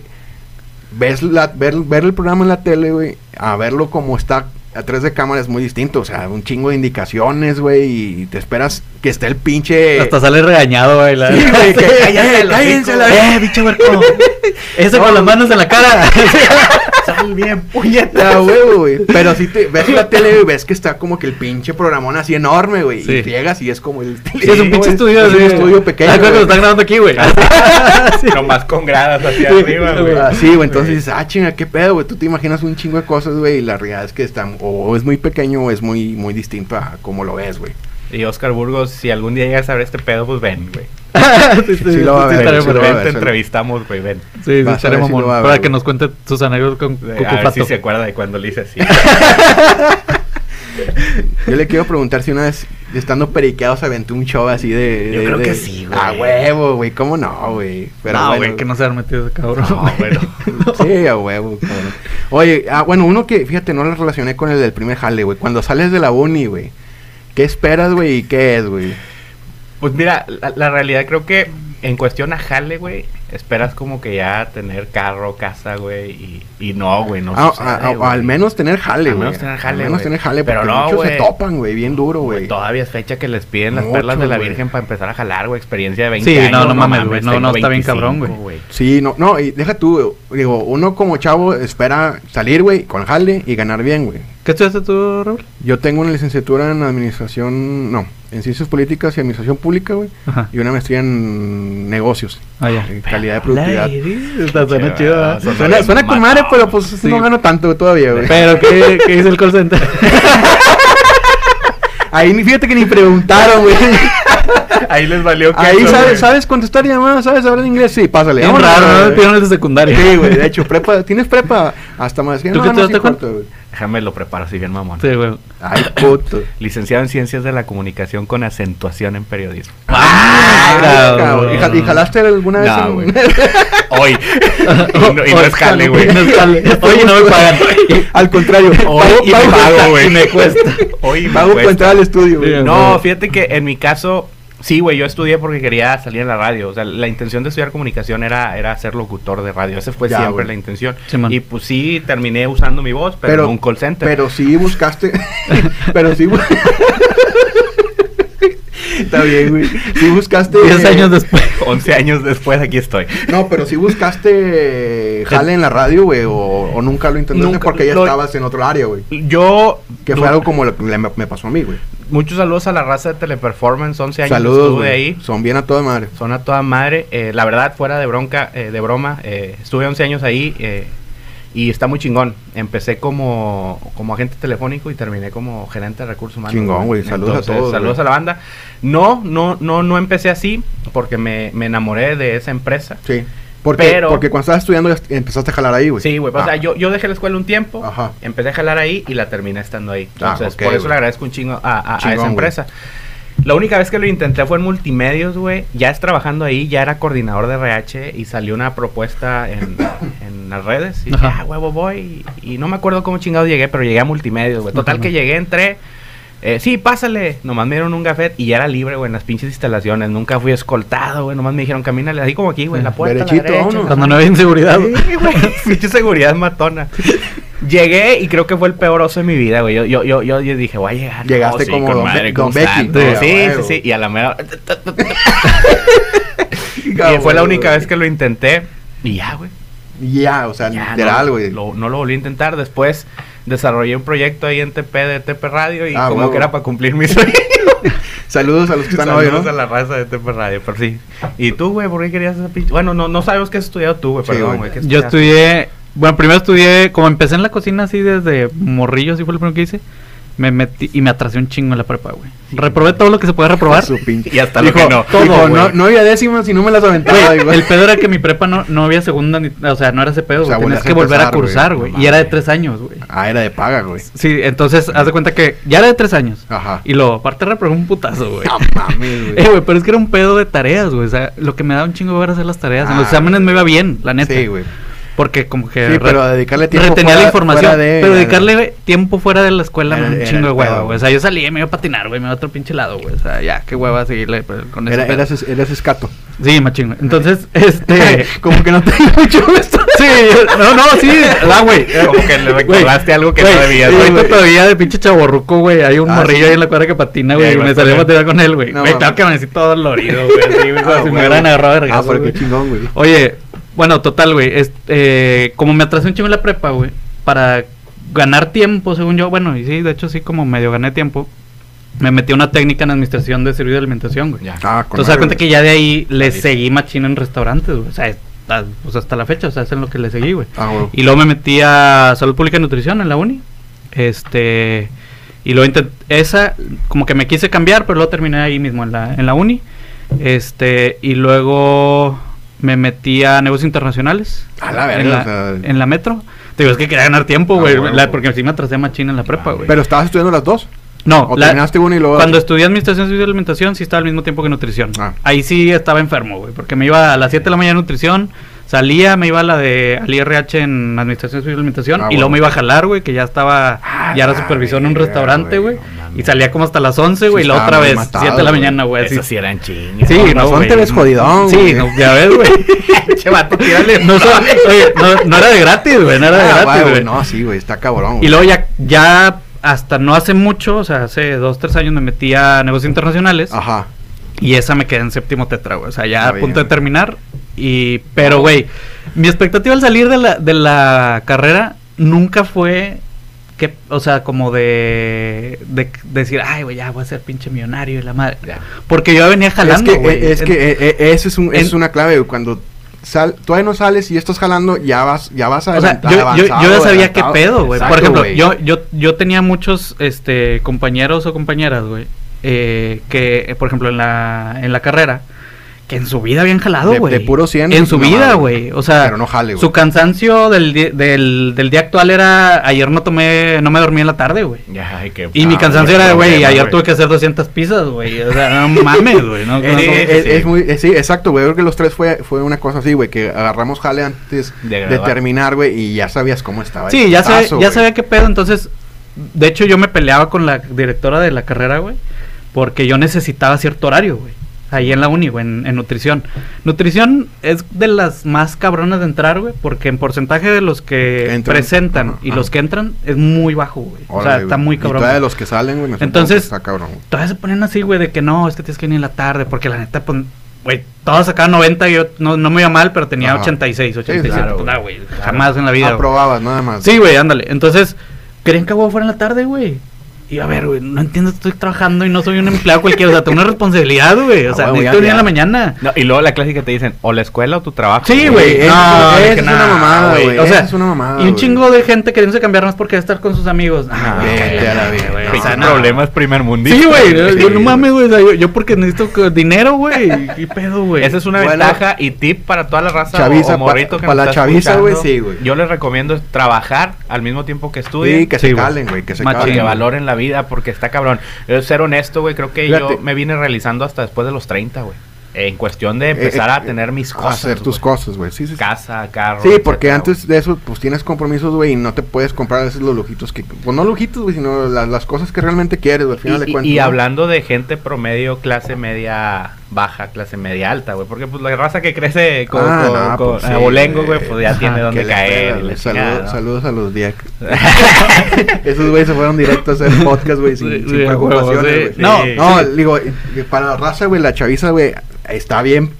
[SPEAKER 2] ves la, ver, ver el programa en la tele, güey, a verlo como está a tres de cámara es muy distinto, o sea, un chingo de indicaciones, güey, y te esperas que esté el pinche...
[SPEAKER 3] Hasta sale regañado, güey. La...
[SPEAKER 2] Eh. Sí, güey, que
[SPEAKER 1] Cállate,
[SPEAKER 2] cállense,
[SPEAKER 1] los
[SPEAKER 2] cállense la
[SPEAKER 3] ¡Eh, bicho huerco! Ese con las manos en la cara.
[SPEAKER 1] Sal bien, puñeta.
[SPEAKER 2] Ah, huevo, güey. Pero si te ves la tele y ves que está como que el pinche programón así enorme, güey.
[SPEAKER 3] Sí.
[SPEAKER 2] Y llegas y es como el.
[SPEAKER 3] Sí, es un pinche estudio.
[SPEAKER 2] Es un
[SPEAKER 3] sí.
[SPEAKER 2] estudio pequeño.
[SPEAKER 3] Ah, creo que lo
[SPEAKER 2] güey.
[SPEAKER 3] están grabando aquí, güey.
[SPEAKER 1] Nomás con gradas hacia
[SPEAKER 3] Sí,
[SPEAKER 1] arriba, güey.
[SPEAKER 2] Ah, sí, güey. Entonces dices, ah, chinga, qué pedo, güey. Tú te imaginas un chingo de cosas, güey. Y la realidad es que está o es muy pequeño o es muy, muy distinto a como lo ves, güey.
[SPEAKER 1] Y Oscar Burgos, si algún día llegas a ver este pedo, pues ven, güey.
[SPEAKER 3] sí,
[SPEAKER 2] Sí, lo va a ver,
[SPEAKER 3] estaremos-
[SPEAKER 2] sí lo va a
[SPEAKER 1] Ven,
[SPEAKER 2] ver,
[SPEAKER 1] te
[SPEAKER 2] sí.
[SPEAKER 1] entrevistamos, güey, ven.
[SPEAKER 3] Sí, sí,
[SPEAKER 2] Vas a
[SPEAKER 3] estaré
[SPEAKER 2] ver si
[SPEAKER 3] mamón.
[SPEAKER 2] lo va a
[SPEAKER 3] para
[SPEAKER 2] ver,
[SPEAKER 3] que
[SPEAKER 2] güey. Eh,
[SPEAKER 3] nos cuente sus anécdotas con
[SPEAKER 1] A ver si
[SPEAKER 3] Cucufato.
[SPEAKER 1] se acuerda de cuando le hice así.
[SPEAKER 2] Yo le quiero preguntar si una vez estando periqueados aventó un show así de.
[SPEAKER 1] Yo
[SPEAKER 2] de-
[SPEAKER 1] creo
[SPEAKER 2] de-
[SPEAKER 1] que sí, güey.
[SPEAKER 2] A huevo, güey. ¿Cómo no, güey? Pero
[SPEAKER 3] no, güey,
[SPEAKER 2] bueno.
[SPEAKER 3] que no se han metido ese cabrón.
[SPEAKER 1] No, bueno.
[SPEAKER 2] Sí, a huevo, cabrón. Oye, ah, bueno, uno que, fíjate, no lo relacioné con el del primer jale, güey. Cuando sales de la uni, güey. ¿Qué esperas, güey? ¿Y qué es, güey?
[SPEAKER 1] Pues mira, la, la realidad creo que en cuestión a jale, güey, esperas como que ya tener carro, casa, güey, y, y no, güey, no
[SPEAKER 2] Ah,
[SPEAKER 1] sucede,
[SPEAKER 2] ah, ah,
[SPEAKER 1] güey.
[SPEAKER 2] al menos tener jale,
[SPEAKER 1] Al
[SPEAKER 2] güey.
[SPEAKER 1] menos tener jale,
[SPEAKER 2] Al menos
[SPEAKER 1] güey.
[SPEAKER 2] tener jale,
[SPEAKER 1] Pero
[SPEAKER 2] porque
[SPEAKER 1] no,
[SPEAKER 2] muchos se
[SPEAKER 1] güey.
[SPEAKER 2] topan, güey, bien duro,
[SPEAKER 1] Güey,
[SPEAKER 2] güey.
[SPEAKER 1] Pues Todavía es fecha que les piden las
[SPEAKER 2] Mucho,
[SPEAKER 1] perlas de la
[SPEAKER 2] güey.
[SPEAKER 1] Virgen para empezar a jalar, güey, experiencia de 20
[SPEAKER 3] Sí, no,
[SPEAKER 1] años.
[SPEAKER 3] no mames, güey, no,
[SPEAKER 1] tengo
[SPEAKER 3] no, está bien cabrón, güey.
[SPEAKER 1] 25,
[SPEAKER 2] Sí, no, no, y deja tú, güey. digo, uno como chavo espera salir, güey, con jale y ganar bien, güey.
[SPEAKER 3] ¿Qué estudiaste tú, Raúl?
[SPEAKER 2] Yo tengo una licenciatura en administración, no, en ciencias políticas y administración pública, güey,
[SPEAKER 3] Ajá.
[SPEAKER 2] y una maestría en negocios,
[SPEAKER 3] Ah, ya.
[SPEAKER 2] en calidad de productividad.
[SPEAKER 3] Está suena
[SPEAKER 1] Qué
[SPEAKER 3] chido.
[SPEAKER 1] va,
[SPEAKER 3] ¿eh?
[SPEAKER 2] Suena, suena con madre, pero pues
[SPEAKER 3] Sí.
[SPEAKER 2] no gano tanto güey, todavía, güey.
[SPEAKER 3] Pero, ¿qué, ¿qué dice el call center?
[SPEAKER 2] Ahí ni- fíjate que ni preguntaron, güey.
[SPEAKER 1] Ahí les valió que
[SPEAKER 2] Ahí
[SPEAKER 1] eso, güey.
[SPEAKER 2] sabes, sabes contestar llamadas, sabes hablar inglés, sí, pásale.
[SPEAKER 3] Bien
[SPEAKER 2] Vámonos,
[SPEAKER 3] raro, ¿no? Me
[SPEAKER 2] güey.
[SPEAKER 3] pidieron el de secundaria.
[SPEAKER 2] Sí, güey, de hecho, prepa, ¿tienes prepa? Hasta más.
[SPEAKER 3] ¿Tú qué
[SPEAKER 2] sí,
[SPEAKER 3] te das cuenta?
[SPEAKER 2] corto, güey.
[SPEAKER 1] Déjame lo preparo así bien mamón.
[SPEAKER 3] Sí, güey.
[SPEAKER 2] Ay, puto.
[SPEAKER 1] Licenciado en Ciencias de la Comunicación con acentuación en periodismo.
[SPEAKER 3] Ah,
[SPEAKER 2] Ay,
[SPEAKER 3] cabrón.
[SPEAKER 2] ¿Y ja- ¿Y jalaste alguna vez?
[SPEAKER 1] No,
[SPEAKER 2] en-
[SPEAKER 1] güey. Hoy. y no, y no es jale, güey.
[SPEAKER 3] No es jale. Oye, no me pagan.
[SPEAKER 2] Al contrario,
[SPEAKER 1] Hoy
[SPEAKER 2] pago-
[SPEAKER 1] y me
[SPEAKER 2] pago
[SPEAKER 1] pago,
[SPEAKER 2] cuenta.
[SPEAKER 1] güey.
[SPEAKER 3] Y me cuesta.
[SPEAKER 1] Hoy me
[SPEAKER 2] Pago para
[SPEAKER 1] cuesta.
[SPEAKER 2] entrar al estudio, güey.
[SPEAKER 3] Sí,
[SPEAKER 1] No,
[SPEAKER 3] güey.
[SPEAKER 1] fíjate que en mi caso, sí, güey, yo estudié porque quería salir en la radio. O sea, la intención de estudiar comunicación era, era ser locutor de radio. Esa fue
[SPEAKER 2] Ya,
[SPEAKER 1] siempre
[SPEAKER 2] güey.
[SPEAKER 1] la intención.
[SPEAKER 3] Sí, man.
[SPEAKER 1] y pues sí, terminé usando mi voz, pero, en un call center.
[SPEAKER 2] Pero sí buscaste. pero sí. bu- Está bien, güey. Si buscaste.
[SPEAKER 3] 10
[SPEAKER 2] eh,
[SPEAKER 3] años después.
[SPEAKER 1] 11 años después aquí estoy.
[SPEAKER 2] No, pero si buscaste eh, jale en la radio, güey, o, o nunca lo intentaste
[SPEAKER 1] Nunca,
[SPEAKER 2] porque ya
[SPEAKER 1] lo-
[SPEAKER 2] estabas en otro área, güey.
[SPEAKER 1] Yo.
[SPEAKER 2] Que fue algo como lo que le- me me pasó a mí, güey.
[SPEAKER 1] Muchos saludos a la raza de Teleperformance. 11 años
[SPEAKER 2] Saludos,
[SPEAKER 1] estuve
[SPEAKER 2] güey.
[SPEAKER 1] ahí.
[SPEAKER 2] Son bien a toda madre.
[SPEAKER 1] Son a toda madre. eh, la verdad, fuera de bronca, eh, de broma, eh, estuve 11 años ahí eh, y está muy chingón. Empecé como, como agente telefónico y terminé como gerente de recursos humanos.
[SPEAKER 2] Chingón, güey. Saludos a todos, güey.
[SPEAKER 1] Saludos a la banda. No, no, no, no empecé así porque me, me enamoré de esa empresa.
[SPEAKER 2] Sí. Porque,
[SPEAKER 1] Pero-
[SPEAKER 2] porque cuando estabas estudiando ya empezaste a jalar ahí, güey.
[SPEAKER 1] Sí, güey. Pues, O
[SPEAKER 2] Ah,
[SPEAKER 1] sea, yo, yo dejé la escuela un tiempo,
[SPEAKER 2] Ajá.
[SPEAKER 1] empecé a jalar ahí y la terminé estando ahí.
[SPEAKER 2] Ah,
[SPEAKER 1] Entonces,
[SPEAKER 2] ok,
[SPEAKER 1] por eso
[SPEAKER 2] güey.
[SPEAKER 1] le agradezco un chingo a, a- a
[SPEAKER 2] Chingón,
[SPEAKER 1] esa
[SPEAKER 2] güey.
[SPEAKER 1] empresa. La única vez que lo intenté fue en multimedios, güey. Ya es trabajando ahí, ya era coordinador de RH y salió una propuesta en, en las redes. Y dije,
[SPEAKER 3] Ajá.
[SPEAKER 1] ah, huevo, voy. Y, y no me acuerdo cómo chingado llegué, pero llegué a multimedios, güey. Total
[SPEAKER 3] Ajá.
[SPEAKER 1] que llegué, entré. eh, sí, pásale. Nomás me dieron un gafet y ya era libre, güey, en las pinches instalaciones. Nunca fui escoltado, güey. Nomás me dijeron, camínale, así como aquí, güey, en la
[SPEAKER 3] Sí,
[SPEAKER 1] puerta. a la
[SPEAKER 2] derechito,
[SPEAKER 1] derecha,
[SPEAKER 2] vámonos.
[SPEAKER 1] la
[SPEAKER 3] Cuando no había inseguridad. güey.
[SPEAKER 1] Sí, güey. Pinche seguridad matona. Llegué y creo que fue el peor oso de mi vida, güey. Yo, yo, yo, yo, yo dije, voy a llegar.
[SPEAKER 2] Llegaste
[SPEAKER 1] No, Oh, sí,
[SPEAKER 2] como
[SPEAKER 1] con
[SPEAKER 2] Don
[SPEAKER 1] madre,
[SPEAKER 2] Be- Don
[SPEAKER 1] con santo.
[SPEAKER 2] Becky,
[SPEAKER 1] Sí,
[SPEAKER 2] güey, a
[SPEAKER 1] sí,
[SPEAKER 2] huevo.
[SPEAKER 1] sí. Y a la mera. Y
[SPEAKER 2] Ah,
[SPEAKER 1] fue la
[SPEAKER 2] güey,
[SPEAKER 1] única
[SPEAKER 2] güey.
[SPEAKER 1] vez que lo intenté. Y ya, güey.
[SPEAKER 2] Ya, o sea,
[SPEAKER 1] Ya,
[SPEAKER 2] literal,
[SPEAKER 1] no,
[SPEAKER 2] güey.
[SPEAKER 1] lo- no lo volví a intentar. Después desarrollé un proyecto ahí en TP de TP Radio y
[SPEAKER 2] Ah,
[SPEAKER 1] como
[SPEAKER 2] huevo.
[SPEAKER 1] que era para cumplir mis sueños.
[SPEAKER 2] Saludos a los que están hoy,
[SPEAKER 1] Saludos
[SPEAKER 2] ¿no?
[SPEAKER 1] a la raza de TP Radio, pero sí. ¿Y tú, güey? ¿Por qué querías esa pinche? Bueno, no, no sabemos qué has estudiado tú, güey.
[SPEAKER 2] Sí,
[SPEAKER 1] Perdón,
[SPEAKER 2] güey.
[SPEAKER 1] güey. ¿qué
[SPEAKER 3] Yo
[SPEAKER 1] estudiaste?
[SPEAKER 3] estudié, bueno, primero estudié, como empecé en la cocina así desde morrillo, así fue lo primero que hice, me metí y me atrasé un chingo en la prepa, güey. Reprobé todo lo que se podía reprobar.
[SPEAKER 2] Su pinche-
[SPEAKER 1] Y hasta
[SPEAKER 2] Dijo,
[SPEAKER 1] lo que no.
[SPEAKER 2] dijo, no,
[SPEAKER 3] Todo, güey.
[SPEAKER 2] no había décimas y no me las aventaba,
[SPEAKER 3] Güey,
[SPEAKER 2] güey.
[SPEAKER 3] el pedo era que mi prepa no, no había segunda, ni- o sea, no era ese pedo,
[SPEAKER 2] O sea,
[SPEAKER 3] güey, tenías
[SPEAKER 2] volvías a
[SPEAKER 3] que volver a
[SPEAKER 2] empezar, güey.
[SPEAKER 3] cursar, güey.
[SPEAKER 2] No
[SPEAKER 3] Y era de
[SPEAKER 2] mames.
[SPEAKER 3] tres años, güey.
[SPEAKER 2] Ah, era de paga, güey.
[SPEAKER 3] Sí, entonces, haz de cuenta que ya era de tres años.
[SPEAKER 2] Ajá.
[SPEAKER 3] Y lo aparte reprobé un putazo, güey.
[SPEAKER 2] Ah. No mames,
[SPEAKER 3] Eh, güey, pero es que era un pedo de tareas, güey. O sea, lo que me daba un chingo era hacer las tareas. en los
[SPEAKER 2] Ah,
[SPEAKER 3] exámenes
[SPEAKER 2] güey.
[SPEAKER 3] me iba bien, la neta.
[SPEAKER 2] Sí, güey.
[SPEAKER 3] Porque como que...
[SPEAKER 2] Sí,
[SPEAKER 3] re-
[SPEAKER 2] pero dedicarle tiempo
[SPEAKER 3] retenía
[SPEAKER 2] fuera-
[SPEAKER 3] la información,
[SPEAKER 2] fuera de-
[SPEAKER 3] pero dedicarle tiempo fuera de la escuela
[SPEAKER 2] Era-
[SPEAKER 3] me da un
[SPEAKER 2] era
[SPEAKER 3] chingo de
[SPEAKER 2] el
[SPEAKER 3] hueva,
[SPEAKER 2] pedo,
[SPEAKER 3] güey. O sea, yo salía y me iba a patinar, güey, me iba a otro pinche lado, güey. O sea, ya, qué hueva seguirle pues, con ese
[SPEAKER 2] Era,
[SPEAKER 3] pedo.
[SPEAKER 2] eras, eras escato.
[SPEAKER 3] Sí, más chingo. Entonces, este...
[SPEAKER 2] Como que no te mucho gusto.
[SPEAKER 3] Sí, yo- no, no, sí, ah, güey.
[SPEAKER 1] Como que le recordaste algo que no debías,
[SPEAKER 3] güey.
[SPEAKER 1] güey.
[SPEAKER 3] Ahorita todavía de pinche chaborruco, güey. Hay un
[SPEAKER 2] Ah,
[SPEAKER 3] morrillo
[SPEAKER 2] sí.
[SPEAKER 3] ahí en la cuadra que patina,
[SPEAKER 1] Ya,
[SPEAKER 3] güey. Y
[SPEAKER 1] igual
[SPEAKER 3] me
[SPEAKER 1] con
[SPEAKER 3] salí a
[SPEAKER 1] él.
[SPEAKER 3] patinar con él, güey.
[SPEAKER 2] No,
[SPEAKER 3] Güey,
[SPEAKER 2] mames.
[SPEAKER 3] tengo que amanecí todo dolorido, güey. así, güey, como
[SPEAKER 2] Ah,
[SPEAKER 3] si me
[SPEAKER 2] güey.
[SPEAKER 3] hubieran agarrado de
[SPEAKER 2] Ah,
[SPEAKER 3] regazo,
[SPEAKER 2] pero qué
[SPEAKER 3] güey.
[SPEAKER 2] chingón, güey.
[SPEAKER 3] Oye, bueno, total, güey. es- eh, como me atrasé un chingo en la prepa, güey, para ganar tiempo, según yo, bueno, y sí, de hecho sí, como medio gané tiempo, me metí a una técnica en administración de servicio de alimentación, güey.
[SPEAKER 1] Ya.
[SPEAKER 2] Ah, con
[SPEAKER 3] Entonces, se da
[SPEAKER 2] madre,
[SPEAKER 3] cuenta
[SPEAKER 2] güey.
[SPEAKER 3] que ya de ahí le
[SPEAKER 1] Listo.
[SPEAKER 3] seguí machina en restaurantes, güey. O sea, hasta, pues, hasta la fecha, o sea, es en lo que le seguí, güey.
[SPEAKER 2] Ah, güey.
[SPEAKER 3] Y luego me metí a Salud Pública y Nutrición en la uni. Este. Y luego intent- esa, como que me quise cambiar, pero luego terminé ahí mismo en la, en la uni. Este. Y luego me metí a negocios internacionales.
[SPEAKER 2] A la verga,
[SPEAKER 3] En
[SPEAKER 2] o sea.
[SPEAKER 3] la, en la metro. Te digo, es que quería ganar tiempo,
[SPEAKER 2] Ah,
[SPEAKER 3] güey.
[SPEAKER 2] huevo. Ah,
[SPEAKER 3] la- porque sí me atrasé machina en la prepa, güey.
[SPEAKER 2] Pero estabas estudiando las dos.
[SPEAKER 3] No,
[SPEAKER 2] o
[SPEAKER 3] la-
[SPEAKER 2] terminaste una y luego.
[SPEAKER 3] cuando estudié Administración Social y Alimentación, sí estaba al mismo tiempo que Nutrición.
[SPEAKER 2] Ah.
[SPEAKER 3] Ahí sí estaba enfermo, güey, porque me iba a las 7 de la mañana a Nutrición, salía, me iba a la de al IRH en Administración Social y Alimentación,
[SPEAKER 2] Ah,
[SPEAKER 3] y
[SPEAKER 2] bueno.
[SPEAKER 3] luego me iba a jalar, güey, que ya estaba,
[SPEAKER 2] Ah,
[SPEAKER 3] ya era
[SPEAKER 2] la
[SPEAKER 3] supervisor en un
[SPEAKER 2] verga,
[SPEAKER 3] restaurante,
[SPEAKER 2] güey,
[SPEAKER 3] güey,
[SPEAKER 2] no mames.
[SPEAKER 3] y salía como hasta las 11, güey,
[SPEAKER 2] Sí
[SPEAKER 3] y la otra
[SPEAKER 2] estaba muy
[SPEAKER 3] vez,
[SPEAKER 2] matado,
[SPEAKER 3] 7 de la
[SPEAKER 2] güey.
[SPEAKER 3] mañana, güey, así.
[SPEAKER 1] Eso sí eran chingas.
[SPEAKER 3] Sí,
[SPEAKER 2] Con
[SPEAKER 3] no,
[SPEAKER 2] razón
[SPEAKER 3] güey.
[SPEAKER 2] te ves jodidón,
[SPEAKER 3] Sí,
[SPEAKER 2] güey.
[SPEAKER 3] no, pues, ya ves, güey.
[SPEAKER 1] Che, vato, tírale.
[SPEAKER 3] No, so- oye, no- no era de gratis, güey, no era de
[SPEAKER 2] Ah,
[SPEAKER 3] gratis,
[SPEAKER 2] va,
[SPEAKER 3] güey.
[SPEAKER 2] güey. No, sí, güey. Está cabrón.
[SPEAKER 3] Y
[SPEAKER 2] güey.
[SPEAKER 3] luego ya, ya hasta no hace mucho, o sea, hace dos, tres años me metí a negocios internacionales.
[SPEAKER 2] Ajá.
[SPEAKER 3] Y esa me quedé en séptimo tetra, güey. O sea, ya
[SPEAKER 2] Ah. Está
[SPEAKER 3] a punto
[SPEAKER 2] bien.
[SPEAKER 3] de terminar. Y, pero, güey, mi expectativa al salir de la, de la carrera nunca fue que, o sea, como de, de decir, ay, güey, ya voy a ser pinche millonario y la madre.
[SPEAKER 1] Ya.
[SPEAKER 3] Porque yo venía jalando,
[SPEAKER 2] es que,
[SPEAKER 3] güey.
[SPEAKER 2] eh, es que eh, eh, eso es, un, eso es
[SPEAKER 3] en-
[SPEAKER 2] una clave, güey. Cuando sal, todavía no sales y estás jalando, ya vas, ya vas
[SPEAKER 3] O sea,
[SPEAKER 2] adelanta-
[SPEAKER 3] yo, yo, yo ya
[SPEAKER 2] avanzado,
[SPEAKER 3] sabía qué
[SPEAKER 2] adelantado.
[SPEAKER 3] pedo, güey. Por
[SPEAKER 2] Exacto,
[SPEAKER 3] ejemplo,
[SPEAKER 2] güey.
[SPEAKER 3] yo, yo, yo tenía muchos este, compañeros o compañeras, güey, eh, que, eh, por ejemplo, en la, en la carrera, que en su vida habían jalado,
[SPEAKER 2] De-
[SPEAKER 3] güey.
[SPEAKER 2] de puro 100,
[SPEAKER 3] En su
[SPEAKER 2] no,
[SPEAKER 3] vida,
[SPEAKER 2] güey.
[SPEAKER 3] güey. O sea,
[SPEAKER 2] Pero no jale, güey.
[SPEAKER 3] su cansancio del, di- del, del día actual era, ayer no tomé, no me dormí en la tarde, güey.
[SPEAKER 1] Ya, ay, qué
[SPEAKER 3] Y mi
[SPEAKER 1] ah,
[SPEAKER 3] cansancio era, güey,
[SPEAKER 1] problema,
[SPEAKER 3] ayer tuve que hacer 200 pizzas, güey. O sea, no mames, güey. No,
[SPEAKER 1] Eh,
[SPEAKER 2] Es,
[SPEAKER 3] No-
[SPEAKER 1] Eso
[SPEAKER 2] es-
[SPEAKER 1] sí.
[SPEAKER 2] es muy, eh, sí, exacto, güey. Creo que los tres fue, fue una cosa así, güey, que agarramos jale antes
[SPEAKER 1] De
[SPEAKER 2] de,
[SPEAKER 1] grabar.
[SPEAKER 2] terminar, güey, y ya sabías cómo estaba. el
[SPEAKER 3] Sí, ya, sabe-
[SPEAKER 2] putazo,
[SPEAKER 3] ya
[SPEAKER 2] güey.
[SPEAKER 3] sabía qué pedo. Entonces, de hecho, yo me peleaba con la directora de la carrera, güey, porque yo necesitaba cierto horario, güey. Ahí en la uni, güey, en, en nutrición. Nutrición es de las más cabronas de entrar, güey, porque en porcentaje de los que
[SPEAKER 2] Entran.
[SPEAKER 3] presentan
[SPEAKER 2] Ajá,
[SPEAKER 3] y
[SPEAKER 2] ajá.
[SPEAKER 3] los que entran es muy bajo, güey. o sea,
[SPEAKER 2] Órale,
[SPEAKER 3] está
[SPEAKER 2] güey.
[SPEAKER 3] muy
[SPEAKER 2] Y
[SPEAKER 3] cabrón.
[SPEAKER 2] todavía
[SPEAKER 3] güey.
[SPEAKER 2] los que salen, güey, me supongo
[SPEAKER 3] Entonces-
[SPEAKER 2] que está cabrón. güey.
[SPEAKER 3] Todavía se ponen así, güey, de que no, es que tienes que venir en la tarde, porque la neta, pues, güey, todos sacaban 90 y yo no, no me iba mal, pero tenía
[SPEAKER 2] Ajá.
[SPEAKER 3] 86, 87.
[SPEAKER 2] claro,
[SPEAKER 3] pues,
[SPEAKER 1] güey.
[SPEAKER 3] nah, güey, jamás en la vida. güey.
[SPEAKER 2] Aprobabas, Ah, nada más.
[SPEAKER 3] Sí, güey, ándale. Entonces, querían que a huevo fuera en la tarde, güey. Y a ver, güey, no entiendo, estoy trabajando y no soy un empleado cualquiera. O sea, tengo una responsabilidad, güey. O
[SPEAKER 1] Ah,
[SPEAKER 3] sea,
[SPEAKER 1] huevo, ya,
[SPEAKER 3] necesito venir en
[SPEAKER 1] ya.
[SPEAKER 3] la mañana.
[SPEAKER 1] No, y luego la clásica te dicen, o la escuela o tu trabajo.
[SPEAKER 2] güey,
[SPEAKER 3] Sí, güey.
[SPEAKER 2] eso
[SPEAKER 3] No,
[SPEAKER 2] es-
[SPEAKER 3] de
[SPEAKER 2] eso
[SPEAKER 3] que
[SPEAKER 2] es
[SPEAKER 3] nah,
[SPEAKER 2] una mamada, güey,
[SPEAKER 3] O sea,
[SPEAKER 2] eso es una mamada,
[SPEAKER 3] Y un
[SPEAKER 2] güey.
[SPEAKER 3] cambiar de gente queriéndose cambiar más porque va a estar con sus amigos. Ah,
[SPEAKER 1] Ah,
[SPEAKER 3] güey,
[SPEAKER 1] vete
[SPEAKER 3] ya,
[SPEAKER 2] a la
[SPEAKER 3] güey,
[SPEAKER 2] verga,
[SPEAKER 3] güey,
[SPEAKER 2] no.
[SPEAKER 3] o sea, no.
[SPEAKER 1] problemas primer mundista.
[SPEAKER 3] Sí, güey.
[SPEAKER 2] Sí,
[SPEAKER 3] Yo no
[SPEAKER 2] güey.
[SPEAKER 3] mames, güey. o sea, yo, yo porque necesito co- dinero, güey. ¿Qué pedo, güey?
[SPEAKER 1] Esa es una
[SPEAKER 2] Bueno.
[SPEAKER 1] ventaja y tip para toda la raza
[SPEAKER 2] Chaviza,
[SPEAKER 1] o morrito
[SPEAKER 2] pa-
[SPEAKER 1] que nos
[SPEAKER 2] pa' la
[SPEAKER 1] está
[SPEAKER 2] chaviza, güey,
[SPEAKER 1] escuchando.
[SPEAKER 2] sí, güey.
[SPEAKER 1] Yo les recomiendo trabajar al mismo tiempo que estudien.
[SPEAKER 2] Sí, que
[SPEAKER 3] Sí,
[SPEAKER 2] se
[SPEAKER 3] güey.
[SPEAKER 2] calen, güey, que se
[SPEAKER 1] Machín,
[SPEAKER 2] calen.
[SPEAKER 1] que
[SPEAKER 2] güey.
[SPEAKER 1] valoren la vida porque está cabrón. Eh, Ser honesto, güey, creo que
[SPEAKER 2] Fíjate.
[SPEAKER 1] yo me vine realizando hasta después de los 30, güey. En cuestión de
[SPEAKER 2] Eh,
[SPEAKER 1] empezar
[SPEAKER 2] eh,
[SPEAKER 1] a tener mis cosas.
[SPEAKER 2] Hacer tus
[SPEAKER 1] güey.
[SPEAKER 2] cosas, güey. Sí, sí, sí.
[SPEAKER 1] Casa, carro.
[SPEAKER 2] Sí, porque
[SPEAKER 1] etcétera,
[SPEAKER 2] antes de eso, pues tienes compromisos, güey, y no te puedes comprar a veces los lujitos que. Pues no lujitos, güey, sino las, las cosas que realmente quieres, güey, al final
[SPEAKER 1] Y,
[SPEAKER 2] de
[SPEAKER 1] y-
[SPEAKER 2] cuentas.
[SPEAKER 1] y
[SPEAKER 2] ¿no?
[SPEAKER 1] hablando de gente promedio, clase media baja, clase media alta, güey. Porque pues la raza que crece con,
[SPEAKER 2] Ah,
[SPEAKER 1] con-
[SPEAKER 2] no,
[SPEAKER 1] con-
[SPEAKER 2] pues, sí,
[SPEAKER 1] a bolengo, güey,
[SPEAKER 2] güey. Ah,
[SPEAKER 1] pues ya
[SPEAKER 3] Ajá,
[SPEAKER 1] tiene
[SPEAKER 3] que
[SPEAKER 1] donde
[SPEAKER 2] Que le
[SPEAKER 1] caer.
[SPEAKER 2] pega,
[SPEAKER 1] y la
[SPEAKER 2] güey.
[SPEAKER 1] chingada,
[SPEAKER 2] Saludos-
[SPEAKER 1] ¿no?
[SPEAKER 2] Saludos a los DIAC. Esos güey se fueron directos a hacer podcast, güey, sin,
[SPEAKER 3] Sí,
[SPEAKER 2] sin
[SPEAKER 3] güey,
[SPEAKER 2] preocupaciones,
[SPEAKER 3] huevo,
[SPEAKER 2] güey.
[SPEAKER 3] sí,
[SPEAKER 2] No,
[SPEAKER 3] sí.
[SPEAKER 2] no, digo, eh, para la raza, güey, la chaviza, güey, está bien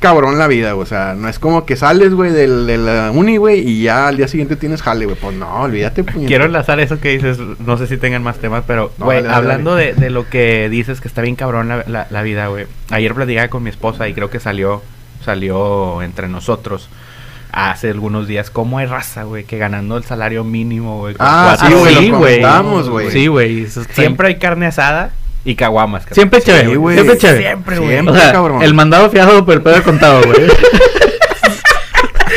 [SPEAKER 2] cabrón la vida, güey. O sea, no es como que sales, güey, del- de la uni, güey, y ya al día siguiente tienes jale, güey. Pues no, olvídate, puñet.
[SPEAKER 1] Quiero enlazar eso que dices, no sé si tengan más temas, pero
[SPEAKER 2] No,
[SPEAKER 1] güey,
[SPEAKER 2] dale, dale,
[SPEAKER 1] hablando
[SPEAKER 2] dale.
[SPEAKER 1] De, de lo que dices que está bien cabrón la, la- la vida, güey. Ayer platicaba con mi esposa y creo que salió, salió entre nosotros hace algunos días cómo hay raza, güey, que ganando el salario mínimo, güey. con
[SPEAKER 2] Ah,
[SPEAKER 1] cuatro-
[SPEAKER 2] sí,
[SPEAKER 1] Ah,
[SPEAKER 2] güey, lo
[SPEAKER 3] güey.
[SPEAKER 2] comentamos, güey.
[SPEAKER 3] Sí, güey. eso está-
[SPEAKER 1] Siempre hay carne asada y caguamas. cabrón.
[SPEAKER 3] Siempre chévere,
[SPEAKER 2] Sí,
[SPEAKER 3] güey.
[SPEAKER 2] güey.
[SPEAKER 3] Siempre chévere.
[SPEAKER 1] Siempre, güey.
[SPEAKER 2] Siempre.
[SPEAKER 3] O sea,
[SPEAKER 2] cabrón.
[SPEAKER 3] el mandado fiado, pero el pedo contado, güey.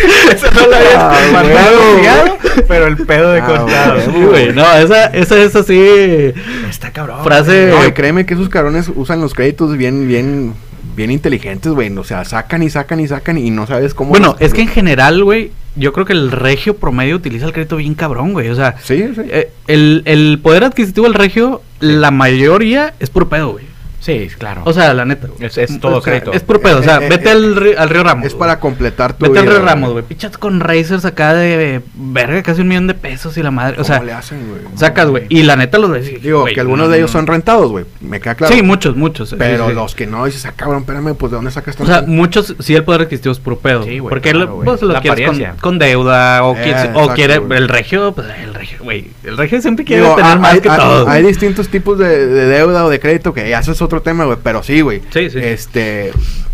[SPEAKER 1] Eso no este lo había
[SPEAKER 2] Ah,
[SPEAKER 1] mandado
[SPEAKER 2] güey.
[SPEAKER 1] fiado, pero el pedo de
[SPEAKER 2] Ah,
[SPEAKER 1] contado.
[SPEAKER 2] güey.
[SPEAKER 3] Sí, güey. No, esa, esa es así.
[SPEAKER 1] Está cabrón.
[SPEAKER 3] Frase.
[SPEAKER 2] No, y Eh, créeme que esos cabrones usan los créditos bien, bien, bien inteligentes, güey. O sea, sacan y sacan y sacan y no sabes cómo.
[SPEAKER 3] Bueno,
[SPEAKER 2] los-
[SPEAKER 3] es que en general, güey, yo creo que el regio promedio utiliza el crédito bien cabrón, güey. O sea,
[SPEAKER 2] Sí, sí.
[SPEAKER 3] eh, el, el poder adquisitivo del regio, la mayoría es puro pedo, güey.
[SPEAKER 1] Sí, claro.
[SPEAKER 3] O sea, la neta. güey.
[SPEAKER 1] Es- es todo
[SPEAKER 3] O sea,
[SPEAKER 1] crédito.
[SPEAKER 3] Es puro pedo. O sea,
[SPEAKER 2] Eh, eh,
[SPEAKER 3] vete
[SPEAKER 2] eh,
[SPEAKER 3] al, ri- al Río Ramos.
[SPEAKER 2] es
[SPEAKER 3] güey.
[SPEAKER 2] para completar tu.
[SPEAKER 3] Vete al
[SPEAKER 2] vida,
[SPEAKER 3] Río Ramos, güey. Pichas con Razers acá de verga, casi un millón de pesos y la madre. O
[SPEAKER 2] ¿Cómo
[SPEAKER 3] sea,
[SPEAKER 2] le hacen, güey?
[SPEAKER 3] sacas, güey. Y la neta los ves. y,
[SPEAKER 2] Digo,
[SPEAKER 3] güey,
[SPEAKER 2] que algunos
[SPEAKER 3] no,
[SPEAKER 2] de ellos
[SPEAKER 3] no.
[SPEAKER 2] son rentados, güey. Me queda claro.
[SPEAKER 3] Sí, muchos, muchos. sí,
[SPEAKER 2] Pero
[SPEAKER 3] sí, sí.
[SPEAKER 2] los que no, dices, ah, cabrón, espérame, pues de dónde sacas
[SPEAKER 3] O
[SPEAKER 2] tanto.
[SPEAKER 3] sea, muchos sí el poder adquisitivo es puro pedo.
[SPEAKER 1] Sí, güey,
[SPEAKER 3] porque
[SPEAKER 1] claro,
[SPEAKER 3] lo-
[SPEAKER 1] güey.
[SPEAKER 3] pues, lo
[SPEAKER 1] La
[SPEAKER 3] quieres con,
[SPEAKER 1] apariencia.
[SPEAKER 3] con deuda o,
[SPEAKER 2] Eh,
[SPEAKER 3] quieres- o
[SPEAKER 2] exacto,
[SPEAKER 3] quiere
[SPEAKER 2] güey.
[SPEAKER 3] el regio, pues el regio, güey. El regio siempre quiere
[SPEAKER 2] Digo,
[SPEAKER 3] tener
[SPEAKER 2] ah,
[SPEAKER 3] más
[SPEAKER 2] hay,
[SPEAKER 3] que
[SPEAKER 2] ah,
[SPEAKER 3] todos.
[SPEAKER 2] hay distintos tipos de, de deuda o de crédito que ya eso es otro tema, güey. Pero sí, güey.
[SPEAKER 3] Sí, sí.
[SPEAKER 2] Este,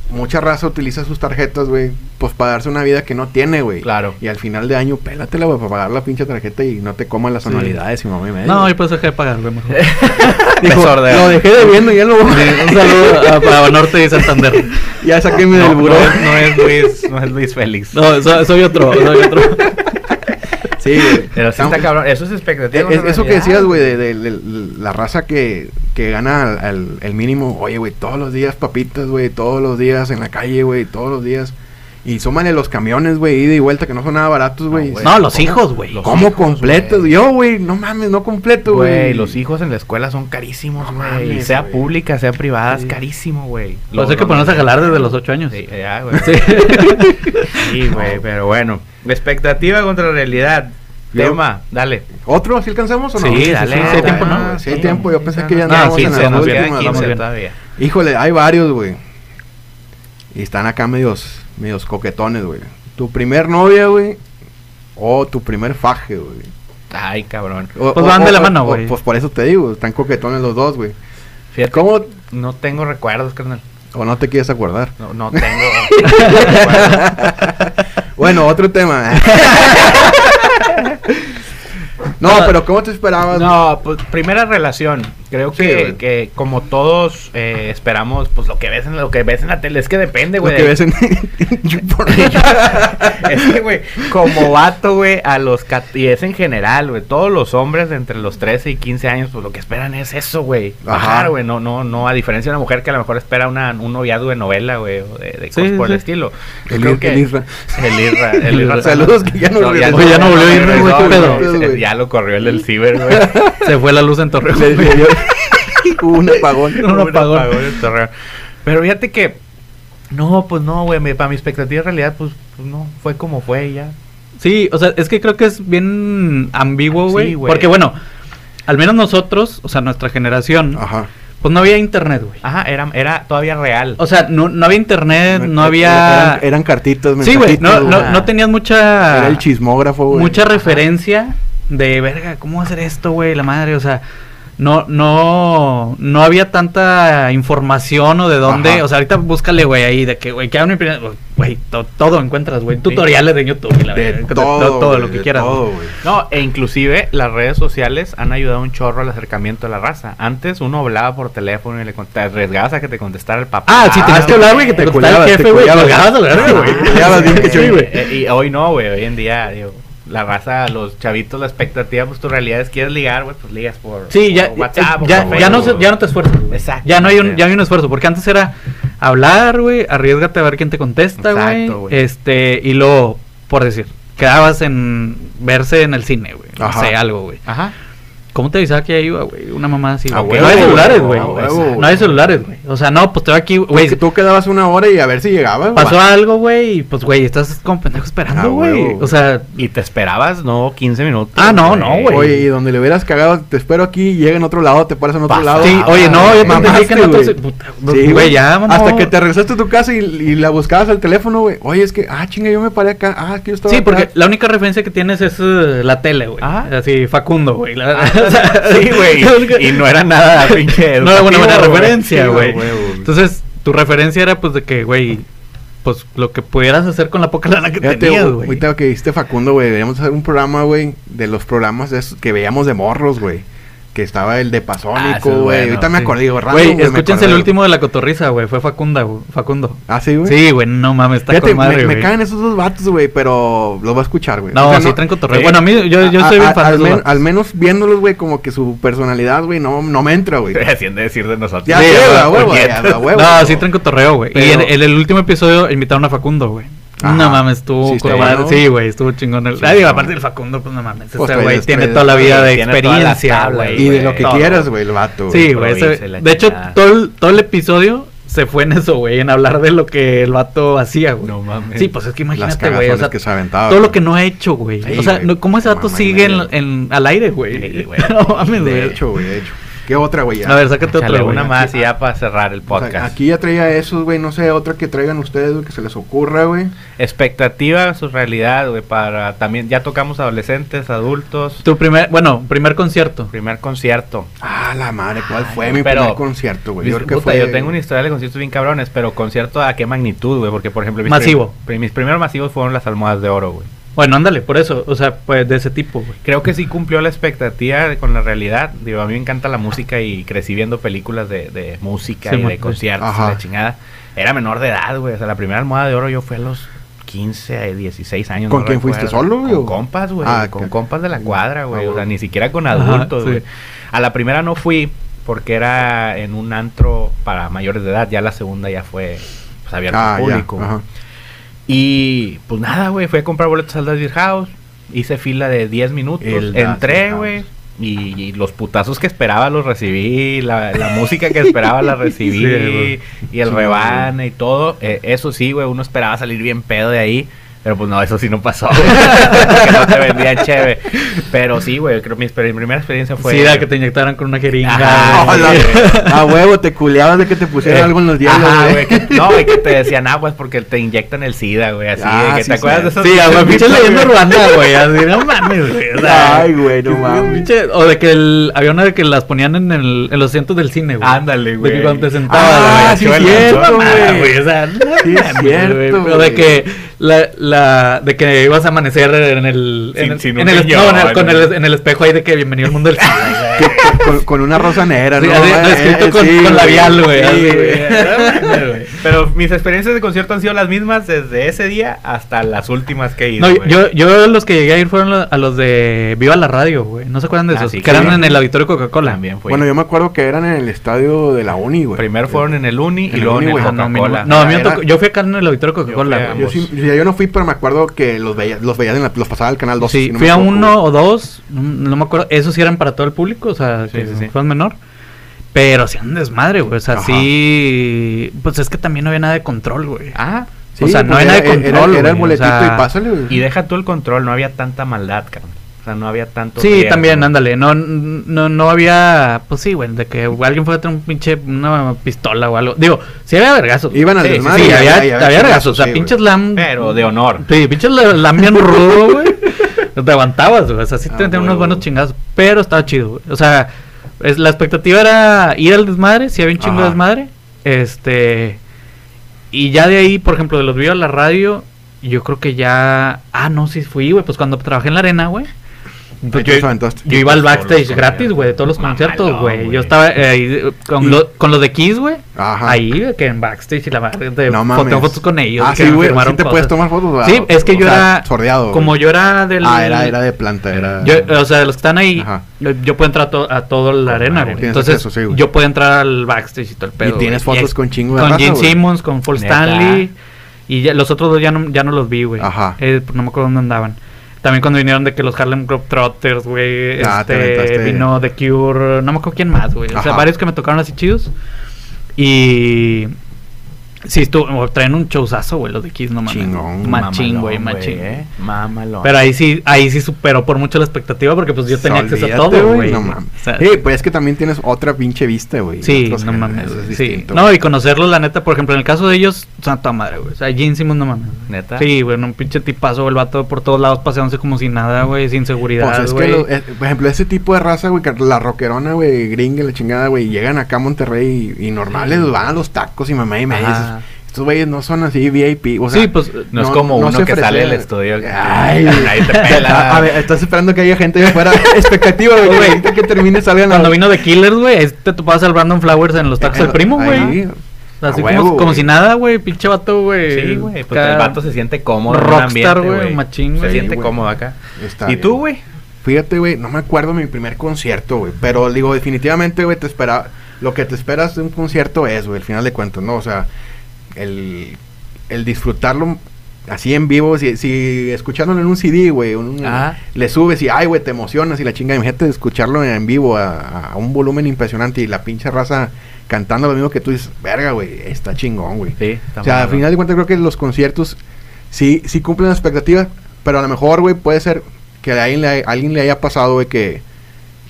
[SPEAKER 2] mucha raza utiliza sus tarjetas, güey, pues para darse una vida que no tiene, güey.
[SPEAKER 1] Claro.
[SPEAKER 2] Y al final de año, pélatela, güey, para pagar la pinche tarjeta y no te coman las
[SPEAKER 3] Sí.
[SPEAKER 2] anualidades y mamá y media.
[SPEAKER 3] No, yo pues dejé de pagar, güey, mejor.
[SPEAKER 2] Dijo,
[SPEAKER 1] Desorden.
[SPEAKER 2] ¿eh? Lo dejé debiendo y ya lo
[SPEAKER 3] Sí, un saludo a, para Norte y Santander.
[SPEAKER 2] Ya saquéme
[SPEAKER 1] no,
[SPEAKER 3] pues,
[SPEAKER 2] del buró.
[SPEAKER 1] no es, no es Luis, no es Luis Félix.
[SPEAKER 3] No, so- soy otro, soy otro. Pues
[SPEAKER 2] Sí, güey.
[SPEAKER 1] Pero sí está cabrón. Eso es expectativa.
[SPEAKER 2] Es-
[SPEAKER 1] una
[SPEAKER 2] eso que
[SPEAKER 1] realidad.
[SPEAKER 2] decías, güey, de, de- de la raza que, que gana al- al- el mínimo. Oye, güey, todos los días papitas, güey, todos los días en la calle, güey, todos los días. Y súmale los camiones, güey, ida y vuelta, que no son nada baratos, güey.
[SPEAKER 1] güey.
[SPEAKER 3] No, los
[SPEAKER 1] ¿Cómo?
[SPEAKER 3] hijos, güey.
[SPEAKER 1] Los-
[SPEAKER 2] ¿Cómo
[SPEAKER 1] hijos,
[SPEAKER 2] completo?
[SPEAKER 1] güey.
[SPEAKER 2] Yo, güey, no mames, no completo,
[SPEAKER 1] Güey,
[SPEAKER 2] güey.
[SPEAKER 1] los hijos en la escuela son carísimos,
[SPEAKER 2] No
[SPEAKER 1] güey.
[SPEAKER 2] mames,
[SPEAKER 1] sea
[SPEAKER 2] güey.
[SPEAKER 1] pública, sea privada,
[SPEAKER 2] Sí.
[SPEAKER 1] es carísimo, güey.
[SPEAKER 3] Los hay que ponerse a jalar desde los ocho años.
[SPEAKER 1] Sí, ya, güey.
[SPEAKER 3] Sí.
[SPEAKER 1] Sí, güey, pero bueno. Expectativa contra realidad.
[SPEAKER 2] Yo-
[SPEAKER 1] Tema, dale.
[SPEAKER 2] ¿Otro? ¿Sí alcanzamos o no?
[SPEAKER 1] Sí, dale.
[SPEAKER 3] sí, sí, hay tiempo, ¿no?
[SPEAKER 2] Ah, Sí, hay tiempo. Yo pensé que ya
[SPEAKER 1] No,
[SPEAKER 2] andábamos
[SPEAKER 3] sí,
[SPEAKER 2] en
[SPEAKER 3] sí,
[SPEAKER 2] las
[SPEAKER 1] se nos
[SPEAKER 3] quedan
[SPEAKER 1] quedan
[SPEAKER 2] últimas.
[SPEAKER 1] 15
[SPEAKER 2] vamos.
[SPEAKER 1] todavía.
[SPEAKER 2] Híjole, hay varios, güey. Y están acá medios, medios coquetones, güey. Tu primer novia, güey. O tu primer faje, güey.
[SPEAKER 1] Ay, cabrón.
[SPEAKER 2] O-
[SPEAKER 3] Pues
[SPEAKER 2] o-
[SPEAKER 3] van de
[SPEAKER 2] o-
[SPEAKER 3] la
[SPEAKER 2] o-
[SPEAKER 3] mano,
[SPEAKER 2] o-
[SPEAKER 3] güey.
[SPEAKER 2] Pues por eso te digo, están coquetones los dos, güey.
[SPEAKER 1] Fíjate,
[SPEAKER 2] ¿Cómo?
[SPEAKER 1] no tengo recuerdos, carnal.
[SPEAKER 2] ¿O no te quieres acordar?
[SPEAKER 1] No, no tengo. recuerdos.
[SPEAKER 2] Bueno, otro tema. no, pero ¿cómo te esperabas?
[SPEAKER 1] No, pues primera relación. Creo
[SPEAKER 2] Sí,
[SPEAKER 1] que,
[SPEAKER 2] güey.
[SPEAKER 1] que como todos eh, esperamos, pues lo que ves en lo que ves en la tele es que depende,
[SPEAKER 2] Lo
[SPEAKER 1] este güey.
[SPEAKER 2] que ves en... YouPorn.
[SPEAKER 1] es que, güey, como vato, güey, a los... cat- Y es en general, güey. Todos los hombres de entre los 13 y 15 años, pues lo que esperan es eso, güey.
[SPEAKER 2] Ajá.
[SPEAKER 1] Bajar, güey. No, no, no. A diferencia de una mujer que a lo mejor espera una, un noviazgo de novela, güey. o De, de
[SPEAKER 3] Sí,
[SPEAKER 1] cosas por
[SPEAKER 3] sí.
[SPEAKER 1] el estilo. Yo
[SPEAKER 2] El
[SPEAKER 1] creo
[SPEAKER 2] Ir-
[SPEAKER 1] que-
[SPEAKER 2] el Isra.
[SPEAKER 1] El Irra. El Irra.
[SPEAKER 2] Saludos, que ya no regresó.
[SPEAKER 3] Oye, ya no volvió a ir,
[SPEAKER 1] regresó,
[SPEAKER 3] güey, qué pedo.
[SPEAKER 1] güey, se-
[SPEAKER 2] Güey.
[SPEAKER 1] Ya lo corrió el del ciber, güey.
[SPEAKER 3] Se fue la luz en Torreón.
[SPEAKER 2] Le- le dio- Hubo un apagón.
[SPEAKER 3] Un apagón.
[SPEAKER 1] en Torreón. Pero fíjate que. No, pues no, güey. me- Para mi expectativa en realidad, pues, pues no. Fue como fue y ya.
[SPEAKER 3] Sí, o sea, es que creo que es bien ambiguo,
[SPEAKER 1] Sí,
[SPEAKER 3] güey.
[SPEAKER 1] güey.
[SPEAKER 3] porque bueno, al menos nosotros, o sea, nuestra generación,
[SPEAKER 2] Ajá.
[SPEAKER 3] pues no había internet, güey.
[SPEAKER 1] Ajá, era, era todavía real.
[SPEAKER 3] O sea, no, no había internet, no
[SPEAKER 2] Eran,
[SPEAKER 3] había...
[SPEAKER 2] eh, eran cartitas,
[SPEAKER 3] sí, güey, no,
[SPEAKER 2] mensajitos,
[SPEAKER 3] no, no tenías mucha...
[SPEAKER 2] Era el chismógrafo, güey.
[SPEAKER 3] mucha referencia de verga, ¿cómo hacer esto, güey? La madre, o sea, no, no, no había tanta información o de dónde.
[SPEAKER 2] Ajá.
[SPEAKER 3] O sea, ahorita búscale, güey, ahí de que, güey, que hago mi primer- Güey, to- todo encuentras, güey. Tutoriales de YouTube, y la
[SPEAKER 2] De
[SPEAKER 3] verga, encuentras
[SPEAKER 2] todo,
[SPEAKER 3] to- todo
[SPEAKER 2] güey,
[SPEAKER 3] lo que
[SPEAKER 2] de
[SPEAKER 3] quieras. güey.
[SPEAKER 2] todo, güey.
[SPEAKER 1] No, e inclusive las redes sociales han ayudado un chorro al acercamiento de la raza. Antes uno hablaba por teléfono y le cont- te arriesgabas a que te contestara el papá.
[SPEAKER 3] Ah, sí, tenías que hablar, güey, que te
[SPEAKER 2] Te
[SPEAKER 3] colgaba
[SPEAKER 2] colabas,
[SPEAKER 3] el
[SPEAKER 2] te
[SPEAKER 3] jefe, güey.
[SPEAKER 2] colabas.
[SPEAKER 3] colgabas a la verga, güey.
[SPEAKER 2] Te colabas bien que
[SPEAKER 3] Sí, güey.
[SPEAKER 1] Eh, Y hoy no, güey. Hoy en día, digo, la raza, los chavitos, la expectativa, pues tu realidad es quieres ligar, güey, pues ligas por,
[SPEAKER 3] Sí,
[SPEAKER 1] por
[SPEAKER 3] ya,
[SPEAKER 1] WhatsApp.
[SPEAKER 3] eh,
[SPEAKER 1] o
[SPEAKER 3] ya,
[SPEAKER 1] por
[SPEAKER 3] ya no, se-
[SPEAKER 1] Facebook.
[SPEAKER 3] ya no te esfuerzas. güey.
[SPEAKER 1] Exacto.
[SPEAKER 3] Ya no hay un, ya hay un esfuerzo, porque antes era hablar, güey, arriesgate a ver quién te contesta, güey.
[SPEAKER 1] Exacto, güey.
[SPEAKER 3] Este, y luego, por decir, quedabas en verse en el cine, güey. No
[SPEAKER 2] Ajá.
[SPEAKER 3] sé, algo, güey.
[SPEAKER 1] Ajá.
[SPEAKER 3] ¿Cómo te avisaba que ya iba, güey? Una mamá así.
[SPEAKER 2] A huevo,
[SPEAKER 3] güey. no hay
[SPEAKER 2] güey,
[SPEAKER 3] celulares,
[SPEAKER 2] a
[SPEAKER 3] güey.
[SPEAKER 2] huevo,
[SPEAKER 3] Exacto. No
[SPEAKER 2] güey.
[SPEAKER 3] hay celulares, güey. O sea, no, pues te voy aquí, güey.
[SPEAKER 2] Güey, tú quedabas una hora y a ver si llegabas. güey.
[SPEAKER 3] Pasó algo, güey, y pues, güey, estás como pendejo
[SPEAKER 2] A
[SPEAKER 3] esperando,
[SPEAKER 2] huevo,
[SPEAKER 3] güey.
[SPEAKER 2] güey.
[SPEAKER 3] O sea,
[SPEAKER 1] Y te esperabas, no, 15 minutos.
[SPEAKER 3] Ah, no, no, güey.
[SPEAKER 2] Oye, y donde le hubieras cagado, te espero aquí, llega en otro lado, te paras en otro
[SPEAKER 1] Pasa.
[SPEAKER 2] lado.
[SPEAKER 3] sí,
[SPEAKER 1] ah,
[SPEAKER 3] oye, no, yo te entendí
[SPEAKER 2] mamaste,
[SPEAKER 3] que en otro
[SPEAKER 2] güey.
[SPEAKER 3] se- puta,
[SPEAKER 2] Sí,
[SPEAKER 3] Güey, ya, mamá.
[SPEAKER 2] Hasta que te regresaste a tu casa y, y la buscabas al teléfono, güey. Oye, es que, ah, chinga, yo me paré acá. Ah, es que yo estaba
[SPEAKER 3] Sí, porque
[SPEAKER 2] acá.
[SPEAKER 3] la única referencia que tienes es eh, la tele, güey.
[SPEAKER 2] Ah.
[SPEAKER 1] Ajá.
[SPEAKER 3] Así, Facundo, güey. La- o sea,
[SPEAKER 1] Sí, güey. Y no era nada, pinche.
[SPEAKER 3] No era una buena
[SPEAKER 1] educativo,
[SPEAKER 3] referencia,
[SPEAKER 2] Sí,
[SPEAKER 3] güey.
[SPEAKER 2] güey, güey.
[SPEAKER 3] Entonces, tu referencia era, pues, de que, güey, pues, lo que pudieras hacer con la poca lana que
[SPEAKER 2] Fíjate,
[SPEAKER 3] tenías,
[SPEAKER 2] güey,
[SPEAKER 3] güey.
[SPEAKER 2] ahorita que dijiste Facundo, güey, deberíamos hacer un programa, güey, de los programas esos que veíamos de morros, güey. Que estaba el de
[SPEAKER 1] Ah, eso
[SPEAKER 2] Pasónico,
[SPEAKER 1] es
[SPEAKER 2] güey.
[SPEAKER 1] bueno,
[SPEAKER 2] ahorita me
[SPEAKER 1] sí.
[SPEAKER 2] acordé, digo, raro,
[SPEAKER 3] Güey,
[SPEAKER 2] güey, me
[SPEAKER 3] escúchense el
[SPEAKER 2] acordé.
[SPEAKER 3] último de la cotorriza, güey. Fue Facunda, güey. Facundo.
[SPEAKER 2] Ah, sí, güey.
[SPEAKER 3] Sí, güey, no mames, está
[SPEAKER 2] Fíjate,
[SPEAKER 3] con madre,
[SPEAKER 2] me, me
[SPEAKER 3] güey.
[SPEAKER 2] caen esos dos vatos, güey, pero los va a escuchar, güey.
[SPEAKER 3] No,
[SPEAKER 2] O sea, eh,
[SPEAKER 3] sí, traen cotorreo.
[SPEAKER 1] Sí.
[SPEAKER 3] Bueno, a mí, yo, yo
[SPEAKER 2] a-
[SPEAKER 3] soy
[SPEAKER 2] a-
[SPEAKER 3] bien fan de
[SPEAKER 2] al,
[SPEAKER 3] esos
[SPEAKER 2] men-
[SPEAKER 3] vatos.
[SPEAKER 2] al menos viéndolos, güey, como que su personalidad, güey, no, no me entra, güey.
[SPEAKER 1] Haciendo decir de nosotros.
[SPEAKER 2] Ya,
[SPEAKER 3] Sí,
[SPEAKER 2] sé, güey,
[SPEAKER 3] a
[SPEAKER 2] a huevo, güey,
[SPEAKER 1] puñetas.
[SPEAKER 2] a huevo.
[SPEAKER 3] No, sí traen cotorreo, güey. Y
[SPEAKER 2] Pero-
[SPEAKER 3] en, en el último episodio invitaron a Facundo, güey.
[SPEAKER 2] Ajá.
[SPEAKER 3] No mames, estuvo
[SPEAKER 2] Sí,
[SPEAKER 3] con
[SPEAKER 2] está
[SPEAKER 3] madre.
[SPEAKER 2] bueno.
[SPEAKER 3] Sí, güey, estuvo chingón. El...
[SPEAKER 2] Sí,
[SPEAKER 3] Ah, digo,
[SPEAKER 2] no.
[SPEAKER 3] aparte del Facundo, pues no mames.
[SPEAKER 2] Pues,
[SPEAKER 3] este
[SPEAKER 2] trae
[SPEAKER 3] güey
[SPEAKER 2] las-
[SPEAKER 3] tiene
[SPEAKER 2] trae
[SPEAKER 3] toda la
[SPEAKER 2] las-
[SPEAKER 3] vida de
[SPEAKER 1] tiene todas las
[SPEAKER 3] experiencia,
[SPEAKER 1] tablas,
[SPEAKER 3] güey.
[SPEAKER 2] Y de
[SPEAKER 1] güey,
[SPEAKER 2] lo que
[SPEAKER 1] todo.
[SPEAKER 2] quieras, güey, el vato.
[SPEAKER 3] Sí, güey.
[SPEAKER 1] provincia
[SPEAKER 3] ese-
[SPEAKER 1] y la
[SPEAKER 3] De hecho,
[SPEAKER 1] chingada.
[SPEAKER 3] todo el, todo el episodio se fue en eso, güey. En hablar de lo que el vato hacía, güey.
[SPEAKER 1] No mames.
[SPEAKER 3] Sí, pues es que
[SPEAKER 2] Las
[SPEAKER 3] imagínate, güey.
[SPEAKER 2] cagazones
[SPEAKER 3] O sea,
[SPEAKER 2] que se aventaba.
[SPEAKER 3] todo lo
[SPEAKER 2] güey.
[SPEAKER 3] que no ha hecho, güey.
[SPEAKER 2] Sí,
[SPEAKER 3] o sea,
[SPEAKER 2] güey.
[SPEAKER 3] no- ¿cómo ese vato
[SPEAKER 2] Mamá y
[SPEAKER 3] sigue en,
[SPEAKER 2] media.
[SPEAKER 3] en- al aire, güey?
[SPEAKER 1] Sí, güey.
[SPEAKER 3] no mames,
[SPEAKER 1] De
[SPEAKER 2] De
[SPEAKER 3] güey.
[SPEAKER 2] hecho, güey, de hecho. ¿Qué otra, güey? ya?
[SPEAKER 3] A ver, sácate
[SPEAKER 1] Échale
[SPEAKER 3] otra, güey.
[SPEAKER 1] una más y ya para cerrar el
[SPEAKER 2] O sea,
[SPEAKER 1] podcast.
[SPEAKER 2] ah, aquí ya traía esos, güey. No sé, otra que traigan ustedes, güey, que se les ocurra, güey.
[SPEAKER 1] Expectativa su realidad, güey, para también ya tocamos adolescentes, adultos,
[SPEAKER 3] Tu primer, bueno, primer concierto.
[SPEAKER 1] primer concierto.
[SPEAKER 2] Ah, la madre, ¿cuál fue mi
[SPEAKER 1] pero-
[SPEAKER 2] primer concierto, güey?
[SPEAKER 1] Puta, Yo, tengo una historia de conciertos bien cabrones, pero concierto a qué magnitud, güey, porque por ejemplo mis
[SPEAKER 3] Masivo.
[SPEAKER 1] prim- mis primeros masivos fueron las almohadas de oro, güey.
[SPEAKER 3] Bueno, ándale, por eso, o sea, pues de ese tipo, güey.
[SPEAKER 1] Creo que sí cumplió la expectativa de- con la realidad. Digo, a mí me encanta la música y crecí viendo películas de, de música
[SPEAKER 3] Sí,
[SPEAKER 1] y
[SPEAKER 3] mon-
[SPEAKER 1] de conciertos y
[SPEAKER 2] Ajá.
[SPEAKER 1] la chingada. Era menor de edad, güey. O sea, la primera almohada de oro yo fui a los 15, 16 años.
[SPEAKER 2] ¿Con quién fuiste, solo, güey,
[SPEAKER 1] Con
[SPEAKER 2] o?
[SPEAKER 1] compas, güey.
[SPEAKER 2] Ah,
[SPEAKER 1] con
[SPEAKER 2] que-
[SPEAKER 1] compas de la cuadra, güey.
[SPEAKER 2] Ah,
[SPEAKER 1] o sea,
[SPEAKER 2] güey.
[SPEAKER 1] ni siquiera con
[SPEAKER 3] Ajá,
[SPEAKER 1] adultos,
[SPEAKER 3] sí.
[SPEAKER 1] güey. A la primera no fui porque era en un antro para mayores de edad. Ya la segunda ya fue pues, abierto
[SPEAKER 2] Ah,
[SPEAKER 1] al
[SPEAKER 2] ya,
[SPEAKER 1] público. güey.
[SPEAKER 2] ajá.
[SPEAKER 1] Y pues nada, güey, fui a comprar boletos al Dasbir House. Hice fila de 10 minutos.
[SPEAKER 2] El
[SPEAKER 1] entré,
[SPEAKER 2] Dasbir House.
[SPEAKER 1] güey. Y, y los putazos que esperaba los recibí. La, la música que esperaba la
[SPEAKER 3] Sí,
[SPEAKER 1] recibí.
[SPEAKER 3] güey.
[SPEAKER 1] y el
[SPEAKER 2] Sí,
[SPEAKER 1] rebane y todo. Eh, eso sí, güey, uno esperaba salir bien pedo de ahí. Pero pues no, eso sí no pasó. güey, Porque no te vendían chévere. Pero sí, güey, creo que mi, exper- mi primera experiencia fue. Eh,
[SPEAKER 3] sí, era que te inyectaran con una jeringa.
[SPEAKER 1] Ajá,
[SPEAKER 3] güey.
[SPEAKER 2] Hola, güey. Ah, A huevo, te culeabas de que te pusieran
[SPEAKER 1] Eh,
[SPEAKER 2] algo en los dientes,
[SPEAKER 1] ajá, güey, que- no, güey, que te decían aguas porque te inyectan el SIDA, güey. Así,
[SPEAKER 2] Ah,
[SPEAKER 1] de que
[SPEAKER 2] sí,
[SPEAKER 1] te acuerdas de
[SPEAKER 2] sí.
[SPEAKER 1] eso.
[SPEAKER 3] Sí, a güey, pinche leyenda urbana, güey. Así, no mames, güey. o sea,
[SPEAKER 2] Ay, güey, no
[SPEAKER 3] que-
[SPEAKER 2] mames.
[SPEAKER 3] eh. pinche- o de que el, había una de que las ponían en, el, en los asientos del cine, güey.
[SPEAKER 1] Ándale, güey.
[SPEAKER 3] De que cuando te sentabas,
[SPEAKER 2] Ah,
[SPEAKER 3] güey.
[SPEAKER 2] sí,
[SPEAKER 1] Chuela,
[SPEAKER 2] cierto,
[SPEAKER 3] mamada,
[SPEAKER 2] güey.
[SPEAKER 3] güey, O sea, no
[SPEAKER 2] Sí,
[SPEAKER 3] mames,
[SPEAKER 2] cierto,
[SPEAKER 3] güey, Pero de
[SPEAKER 2] güey.
[SPEAKER 3] que la, la, de que ibas a amanecer en el, en
[SPEAKER 1] Sin-
[SPEAKER 3] el,
[SPEAKER 1] sin
[SPEAKER 3] en
[SPEAKER 1] un
[SPEAKER 3] el-
[SPEAKER 1] riñón,
[SPEAKER 3] no, en el- con
[SPEAKER 1] güey.
[SPEAKER 3] el, en el espejo ahí de que bienvenido al mundo del cine. güey.
[SPEAKER 2] Con, con una rosa negra,
[SPEAKER 3] Sí,
[SPEAKER 2] ¿no?
[SPEAKER 3] así,
[SPEAKER 2] Eh,
[SPEAKER 3] escrito
[SPEAKER 2] eh,
[SPEAKER 3] con,
[SPEAKER 2] sí,
[SPEAKER 3] con labial, güey.
[SPEAKER 2] Sí,
[SPEAKER 3] así,
[SPEAKER 2] güey.
[SPEAKER 3] güey.
[SPEAKER 1] Pero mis experiencias de concierto han sido las mismas desde ese día hasta las últimas que he ido.
[SPEAKER 3] No,
[SPEAKER 1] güey.
[SPEAKER 3] yo, yo los que llegué a ir fueron lo- a los de Viva la Radio, güey. ¿No se acuerdan de
[SPEAKER 1] Ah,
[SPEAKER 3] esos?
[SPEAKER 1] sí,
[SPEAKER 3] que eran
[SPEAKER 1] claro.
[SPEAKER 3] en el auditorio Coca-Cola.
[SPEAKER 1] también fui.
[SPEAKER 2] Bueno, yo me acuerdo que eran en el estadio de la Uni, güey. Eh,
[SPEAKER 1] Primero fueron en el Uni
[SPEAKER 2] En
[SPEAKER 1] y
[SPEAKER 2] el
[SPEAKER 1] luego
[SPEAKER 2] Uni,
[SPEAKER 1] en el
[SPEAKER 2] güey.
[SPEAKER 3] Ah, no, a mí
[SPEAKER 1] Coca-Cola.
[SPEAKER 3] no, no, a mí me
[SPEAKER 2] Era-
[SPEAKER 3] tocó- yo fui acá en el auditorio Coca-Cola.
[SPEAKER 1] Yo fui a
[SPEAKER 3] güey.
[SPEAKER 2] Yo, sí, yo no fui, pero me acuerdo que los veía, los veía en la, los pasaba al canal 2.
[SPEAKER 3] Sí, fui a uno o dos, no, no me acuerdo. Esos sí eran para todo el público, o sea,
[SPEAKER 1] Sí,
[SPEAKER 3] que
[SPEAKER 1] sí, sí.
[SPEAKER 3] fue al menor. Pero si un desmadre, güey. O sea,
[SPEAKER 2] Ajá.
[SPEAKER 3] sí. Pues es que también no había nada de control, güey.
[SPEAKER 1] Ah,
[SPEAKER 3] o sea, no
[SPEAKER 2] pues
[SPEAKER 3] hay nada
[SPEAKER 2] era-
[SPEAKER 3] de
[SPEAKER 2] era-
[SPEAKER 3] control.
[SPEAKER 2] Era,
[SPEAKER 3] güey,
[SPEAKER 2] el
[SPEAKER 3] o
[SPEAKER 2] boletito
[SPEAKER 3] sea,
[SPEAKER 2] y pásale, güey.
[SPEAKER 1] y deja tú el control, no había tanta maldad, cabrón. O sea, no había tanto.
[SPEAKER 3] Sí,
[SPEAKER 1] riesgo.
[SPEAKER 3] también, ándale. No, no, no había. Pues sí, güey. De que alguien fuera a tener un pinche. Una pistola o algo. Digo, sí había vergazos.
[SPEAKER 2] Iban al
[SPEAKER 1] Sí, sí,
[SPEAKER 2] desmadre.
[SPEAKER 3] sí,
[SPEAKER 2] ya,
[SPEAKER 3] había,
[SPEAKER 2] ya, ya,
[SPEAKER 3] había
[SPEAKER 2] ya,
[SPEAKER 3] vergazos. O sea,
[SPEAKER 2] sí, güey.
[SPEAKER 3] pinches lam.
[SPEAKER 1] Pero de honor.
[SPEAKER 3] Sí, pinches la- lam bien rudo, güey. No te aguantabas, güey. O sea, sí te
[SPEAKER 2] Ah,
[SPEAKER 3] metían unos
[SPEAKER 2] huevo.
[SPEAKER 3] buenos chingados. Pero estaba chido, güey. O sea, es- la expectativa era ir al desmadre. Si había un chingo de
[SPEAKER 2] Ajá.
[SPEAKER 3] desmadre. Este. Y ya de ahí, por ejemplo, de los videos a la radio. Yo creo que ya. Ah, no, sí fui, güey. Pues cuando trabajé en la arena, güey. pues
[SPEAKER 2] Ahí te los aventaste.
[SPEAKER 3] Yo iba al backstage
[SPEAKER 1] Todos los
[SPEAKER 3] gratis, güey, de todos los
[SPEAKER 1] Mamalón,
[SPEAKER 3] conciertos, güey.
[SPEAKER 1] güey.
[SPEAKER 3] Yo estaba eh, ahí eh, con,
[SPEAKER 2] Y-
[SPEAKER 3] lo- con los de Kiss, güey.
[SPEAKER 2] Ajá.
[SPEAKER 3] Ahí, güey, que en backstage y la madre. de-
[SPEAKER 2] No
[SPEAKER 3] foteo
[SPEAKER 2] mames.
[SPEAKER 3] fotos con ellos.
[SPEAKER 2] Ah,
[SPEAKER 3] que
[SPEAKER 2] sí,
[SPEAKER 3] me
[SPEAKER 2] güey. Sí
[SPEAKER 3] firmaron
[SPEAKER 2] te puedes
[SPEAKER 3] cosas.
[SPEAKER 2] tomar fotos. ¿verdad?
[SPEAKER 3] Sí, es que
[SPEAKER 2] O
[SPEAKER 3] yo
[SPEAKER 2] sea,
[SPEAKER 3] era.
[SPEAKER 2] Sordeado.
[SPEAKER 3] Como
[SPEAKER 2] güey.
[SPEAKER 3] yo era del.
[SPEAKER 2] Ah, era, era de planta. Era.
[SPEAKER 3] Yo, o sea, de los que están ahí,
[SPEAKER 2] Ajá. Ah,
[SPEAKER 3] yo, yo puedo entrar a, to- a toda la arena,
[SPEAKER 1] madre,
[SPEAKER 3] güey.
[SPEAKER 2] tienes
[SPEAKER 3] Entonces,
[SPEAKER 2] acceso, sí, güey.
[SPEAKER 3] yo puedo entrar al backstage y todo el pedo.
[SPEAKER 2] y tienes
[SPEAKER 3] güey.
[SPEAKER 2] fotos
[SPEAKER 3] es-
[SPEAKER 2] con chingo de
[SPEAKER 3] Con
[SPEAKER 2] raza,
[SPEAKER 3] Gene
[SPEAKER 2] güey.
[SPEAKER 3] Simmons, con Paul
[SPEAKER 1] Neta.
[SPEAKER 3] Stanley. Y ya- los otros dos ya no, ya no los vi, güey.
[SPEAKER 2] Ajá.
[SPEAKER 3] Eh, no me acuerdo dónde andaban. También cuando vinieron de que los Harlem Globetrotters, güey.
[SPEAKER 2] Ah, te
[SPEAKER 3] este,
[SPEAKER 2] aventaste.
[SPEAKER 3] vino The Cure. No me acuerdo quién más, güey. O sea,
[SPEAKER 2] Ajá.
[SPEAKER 3] varios que me tocaron así chidos. Y. Sí, estuvo, traen un showzazo, güey, los de Kiss, no mames.
[SPEAKER 2] Chingón,
[SPEAKER 3] Machín,
[SPEAKER 1] Mamalón,
[SPEAKER 3] güey, machín.
[SPEAKER 1] eh. Mamalón.
[SPEAKER 3] Pero ahí sí, ahí sí superó por mucho la expectativa porque pues yo tenía acceso a
[SPEAKER 2] Olvídate,
[SPEAKER 3] todo, güey.
[SPEAKER 2] No mames.
[SPEAKER 3] O sea,
[SPEAKER 2] Sí, pues es que también tienes otra pinche vista, güey.
[SPEAKER 3] sí,
[SPEAKER 2] Otros
[SPEAKER 3] no
[SPEAKER 2] géneros,
[SPEAKER 3] mames.
[SPEAKER 2] es
[SPEAKER 3] güey, Sí.
[SPEAKER 2] distinto,
[SPEAKER 3] No,
[SPEAKER 2] güey.
[SPEAKER 3] y conocerlo, la neta, por ejemplo, en el caso de ellos, santa madre, güey. O sea, Gene Simmons, no mames. güey.
[SPEAKER 1] ¿Neta?
[SPEAKER 3] Sí, güey, un pinche tipazo, güey, el vato por todos lados paseándose como si nada, güey, sin
[SPEAKER 2] Pues
[SPEAKER 3] seguridad,
[SPEAKER 2] es que,
[SPEAKER 3] güey.
[SPEAKER 2] lo- es- por ejemplo, ese tipo de raza, güey, que la rockerona, güey, gringa, la chingada, güey, llegan acá a Monterrey y, y normales van a los tacos y mamá y me
[SPEAKER 3] Ajá.
[SPEAKER 2] dices, estos güeyes no son así VIP, o sea,
[SPEAKER 3] sí, pues
[SPEAKER 1] No, es
[SPEAKER 2] no-
[SPEAKER 1] como
[SPEAKER 2] no
[SPEAKER 1] uno
[SPEAKER 2] se
[SPEAKER 1] que sale
[SPEAKER 2] ofrece-
[SPEAKER 1] del estudio. que-
[SPEAKER 2] Ay,
[SPEAKER 1] ahí te pela.
[SPEAKER 2] a ver, estás esperando que haya gente de fuera expectativa, güey, que gente que termine salgan a-
[SPEAKER 3] cuando vino de Killers, güey, ahí te topabas al Brandon Flowers en los tacos del primo,
[SPEAKER 2] Eh, Ahí,
[SPEAKER 3] güey. Así
[SPEAKER 2] a
[SPEAKER 3] como,
[SPEAKER 2] huevo,
[SPEAKER 3] como
[SPEAKER 2] güey.
[SPEAKER 3] si nada, güey, pinche vato, güey.
[SPEAKER 1] Sí, güey. Pues
[SPEAKER 3] acá.
[SPEAKER 1] el vato se siente cómodo. en un
[SPEAKER 3] rockstar,
[SPEAKER 1] ambiente,
[SPEAKER 3] güey, machín,
[SPEAKER 1] Se
[SPEAKER 3] güey.
[SPEAKER 1] siente
[SPEAKER 2] Sí, güey.
[SPEAKER 1] cómodo acá.
[SPEAKER 2] Está
[SPEAKER 1] ¿Y
[SPEAKER 2] bien,
[SPEAKER 1] tú, güey?
[SPEAKER 2] Fíjate, güey, no me acuerdo mi primer concierto, güey. Pero digo, definitivamente, güey, te espera. Lo que te esperas de un concierto es, güey, al final de cuentas, ¿no? O sea, el, el disfrutarlo así en vivo, si, si escuchándolo en un CD, güey, un-
[SPEAKER 1] Ajá.
[SPEAKER 2] le subes y, ay, güey, te emocionas y la chinga. Imagínate escucharlo en vivo a, a un volumen impresionante y la pinche raza cantando lo mismo que tú dices, verga, güey, está chingón, güey.
[SPEAKER 1] Sí, está
[SPEAKER 2] O sea, al
[SPEAKER 1] mal,
[SPEAKER 2] final de cuentas creo que los conciertos sí, sí cumplen las expectativas, pero a lo mejor, güey, puede ser que a alguien le, a alguien le haya pasado, güey, que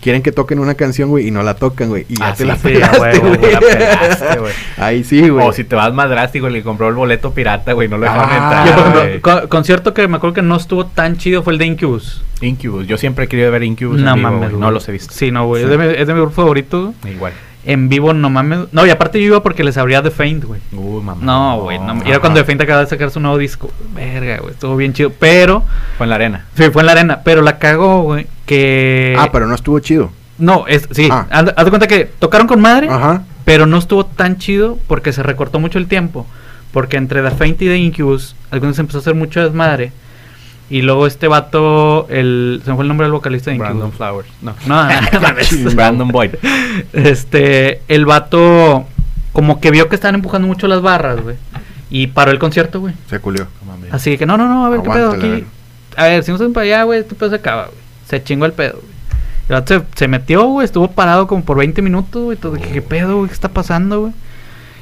[SPEAKER 2] quieren que toquen una canción, güey, y no la tocan, güey, y ya
[SPEAKER 1] Ah,
[SPEAKER 2] te
[SPEAKER 1] sí,
[SPEAKER 2] la
[SPEAKER 1] sí,
[SPEAKER 2] pelaste,
[SPEAKER 1] a huevo,
[SPEAKER 2] güey.
[SPEAKER 1] güey, la pelaste, güey.
[SPEAKER 2] Ahí sí, güey.
[SPEAKER 1] O si te vas más drástico, le compró el boleto pirata, güey, no lo dejaron
[SPEAKER 2] Ah,
[SPEAKER 1] entrar.
[SPEAKER 3] Yo, por ejemplo,
[SPEAKER 1] güey.
[SPEAKER 3] co- concierto que me acuerdo que no estuvo tan chido fue el de Incubus.
[SPEAKER 1] Incubus, yo siempre he querido ver Incubus. en vivo, güey,
[SPEAKER 3] güey.
[SPEAKER 1] no los he visto.
[SPEAKER 3] Sí, no, güey. Es, de mi, es de mi grupo favorito.
[SPEAKER 1] Igual.
[SPEAKER 3] En vivo, no mames. No, y aparte yo iba porque les abría The Faint, güey.
[SPEAKER 1] Uy, Uh, mamá.
[SPEAKER 3] No, güey. No, y era
[SPEAKER 1] Ajá.
[SPEAKER 3] cuando The Faint acaba de sacar su nuevo disco. Verga, güey. Estuvo bien chido. Pero.
[SPEAKER 1] Fue en la arena.
[SPEAKER 3] Sí, fue en la arena. Pero la cagó, güey. Que.
[SPEAKER 2] ah, pero no estuvo chido.
[SPEAKER 3] No, es, sí.
[SPEAKER 2] Ah.
[SPEAKER 3] Haz, haz de cuenta que tocaron con madre.
[SPEAKER 2] Ajá.
[SPEAKER 3] Pero no estuvo tan chido porque se recortó mucho el tiempo. Porque entre The Faint y The Incubus, algunos empezó a hacer mucho desmadre. Y luego este vato, el, se me fue el nombre del vocalista de
[SPEAKER 1] Brandon
[SPEAKER 3] Incubus.
[SPEAKER 1] Flowers. No.
[SPEAKER 3] No, no, no, mames.
[SPEAKER 1] Brandon Boyd.
[SPEAKER 3] Este, el vato como que vio que estaban empujando mucho las barras, güey. Y paró el concierto, güey.
[SPEAKER 2] Se culió.
[SPEAKER 3] Así que no, no, no, a ver qué
[SPEAKER 2] Aguántale,
[SPEAKER 3] pedo aquí. A ver, si no se para allá, güey, este pedo se acaba, güey. Se chingó el pedo, güey. El vato se, se metió, güey, estuvo parado como por 20 minutos, güey. Todo, ¿qué, qué pedo, güey? ¿Qué está pasando, güey?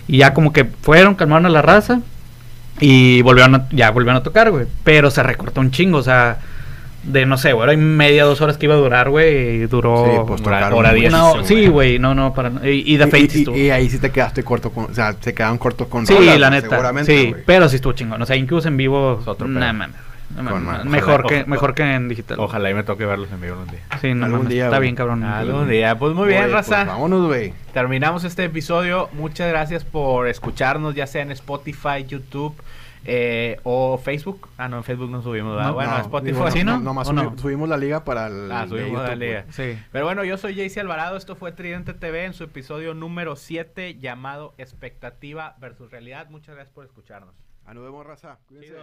[SPEAKER 3] Y ya como que fueron, calmaron a la raza. Y volvieron a- ya volvieron a tocar, güey. Pero se recortó un chingo, o sea, de no sé, güey, hora y media, dos horas que iba a durar, güey. Y duró.
[SPEAKER 2] Sí, pues,
[SPEAKER 1] Oh, Hora-
[SPEAKER 2] tocaron,
[SPEAKER 1] hora
[SPEAKER 2] güey.
[SPEAKER 1] diez.
[SPEAKER 3] No,
[SPEAKER 1] Eso,
[SPEAKER 3] sí,
[SPEAKER 1] güey.
[SPEAKER 3] güey, no, no, para na- Y, y The
[SPEAKER 2] Y-
[SPEAKER 3] Faint
[SPEAKER 2] y,
[SPEAKER 3] estuvo.
[SPEAKER 2] y- y ahí sí te quedaste corto con... O sea, se quedaron cortos con
[SPEAKER 3] sí,
[SPEAKER 2] rolas,
[SPEAKER 3] la
[SPEAKER 2] güey,
[SPEAKER 3] neta.
[SPEAKER 2] Seguramente,
[SPEAKER 3] Sí,
[SPEAKER 2] güey.
[SPEAKER 3] pero sí estuvo chingón. O sea, Incubus en vivo.
[SPEAKER 1] Es otro
[SPEAKER 3] nah,
[SPEAKER 1] pedo.
[SPEAKER 3] mames, güey. No
[SPEAKER 2] Con
[SPEAKER 3] mames,
[SPEAKER 2] madre.
[SPEAKER 3] mejor,
[SPEAKER 1] Ojalá-
[SPEAKER 3] que, mejor que en digital.
[SPEAKER 1] Ojalá y me toque verlos en vivo un día.
[SPEAKER 3] Sí, no
[SPEAKER 2] Algún
[SPEAKER 3] mames.
[SPEAKER 2] día,
[SPEAKER 3] está
[SPEAKER 2] güey.
[SPEAKER 3] bien, cabrón.
[SPEAKER 1] Algún día. Pues muy bien,
[SPEAKER 2] Oye, pues,
[SPEAKER 1] raza.
[SPEAKER 2] vámonos, güey.
[SPEAKER 1] Terminamos este episodio. Muchas gracias por escucharnos, ya sea en Spotify, YouTube eh, o Facebook. Ah, no, en Facebook no subimos. ¿verdad?
[SPEAKER 3] No,
[SPEAKER 1] bueno, Spotify.
[SPEAKER 2] digo,
[SPEAKER 3] ¿sí, no?
[SPEAKER 2] Nomás
[SPEAKER 3] ¿O no?
[SPEAKER 2] subi- subimos la liga para el...
[SPEAKER 1] Ah, subimos
[SPEAKER 2] de
[SPEAKER 1] la
[SPEAKER 2] YouTube,
[SPEAKER 1] liga.
[SPEAKER 3] Sí.
[SPEAKER 1] Pero bueno, yo soy Jayce Alvarado. Esto fue Tridente TV en su episodio número 7 llamado Expectativa versus Realidad. Muchas gracias por escucharnos.
[SPEAKER 2] güey. Ah, nos vemos, raza. Cuídense.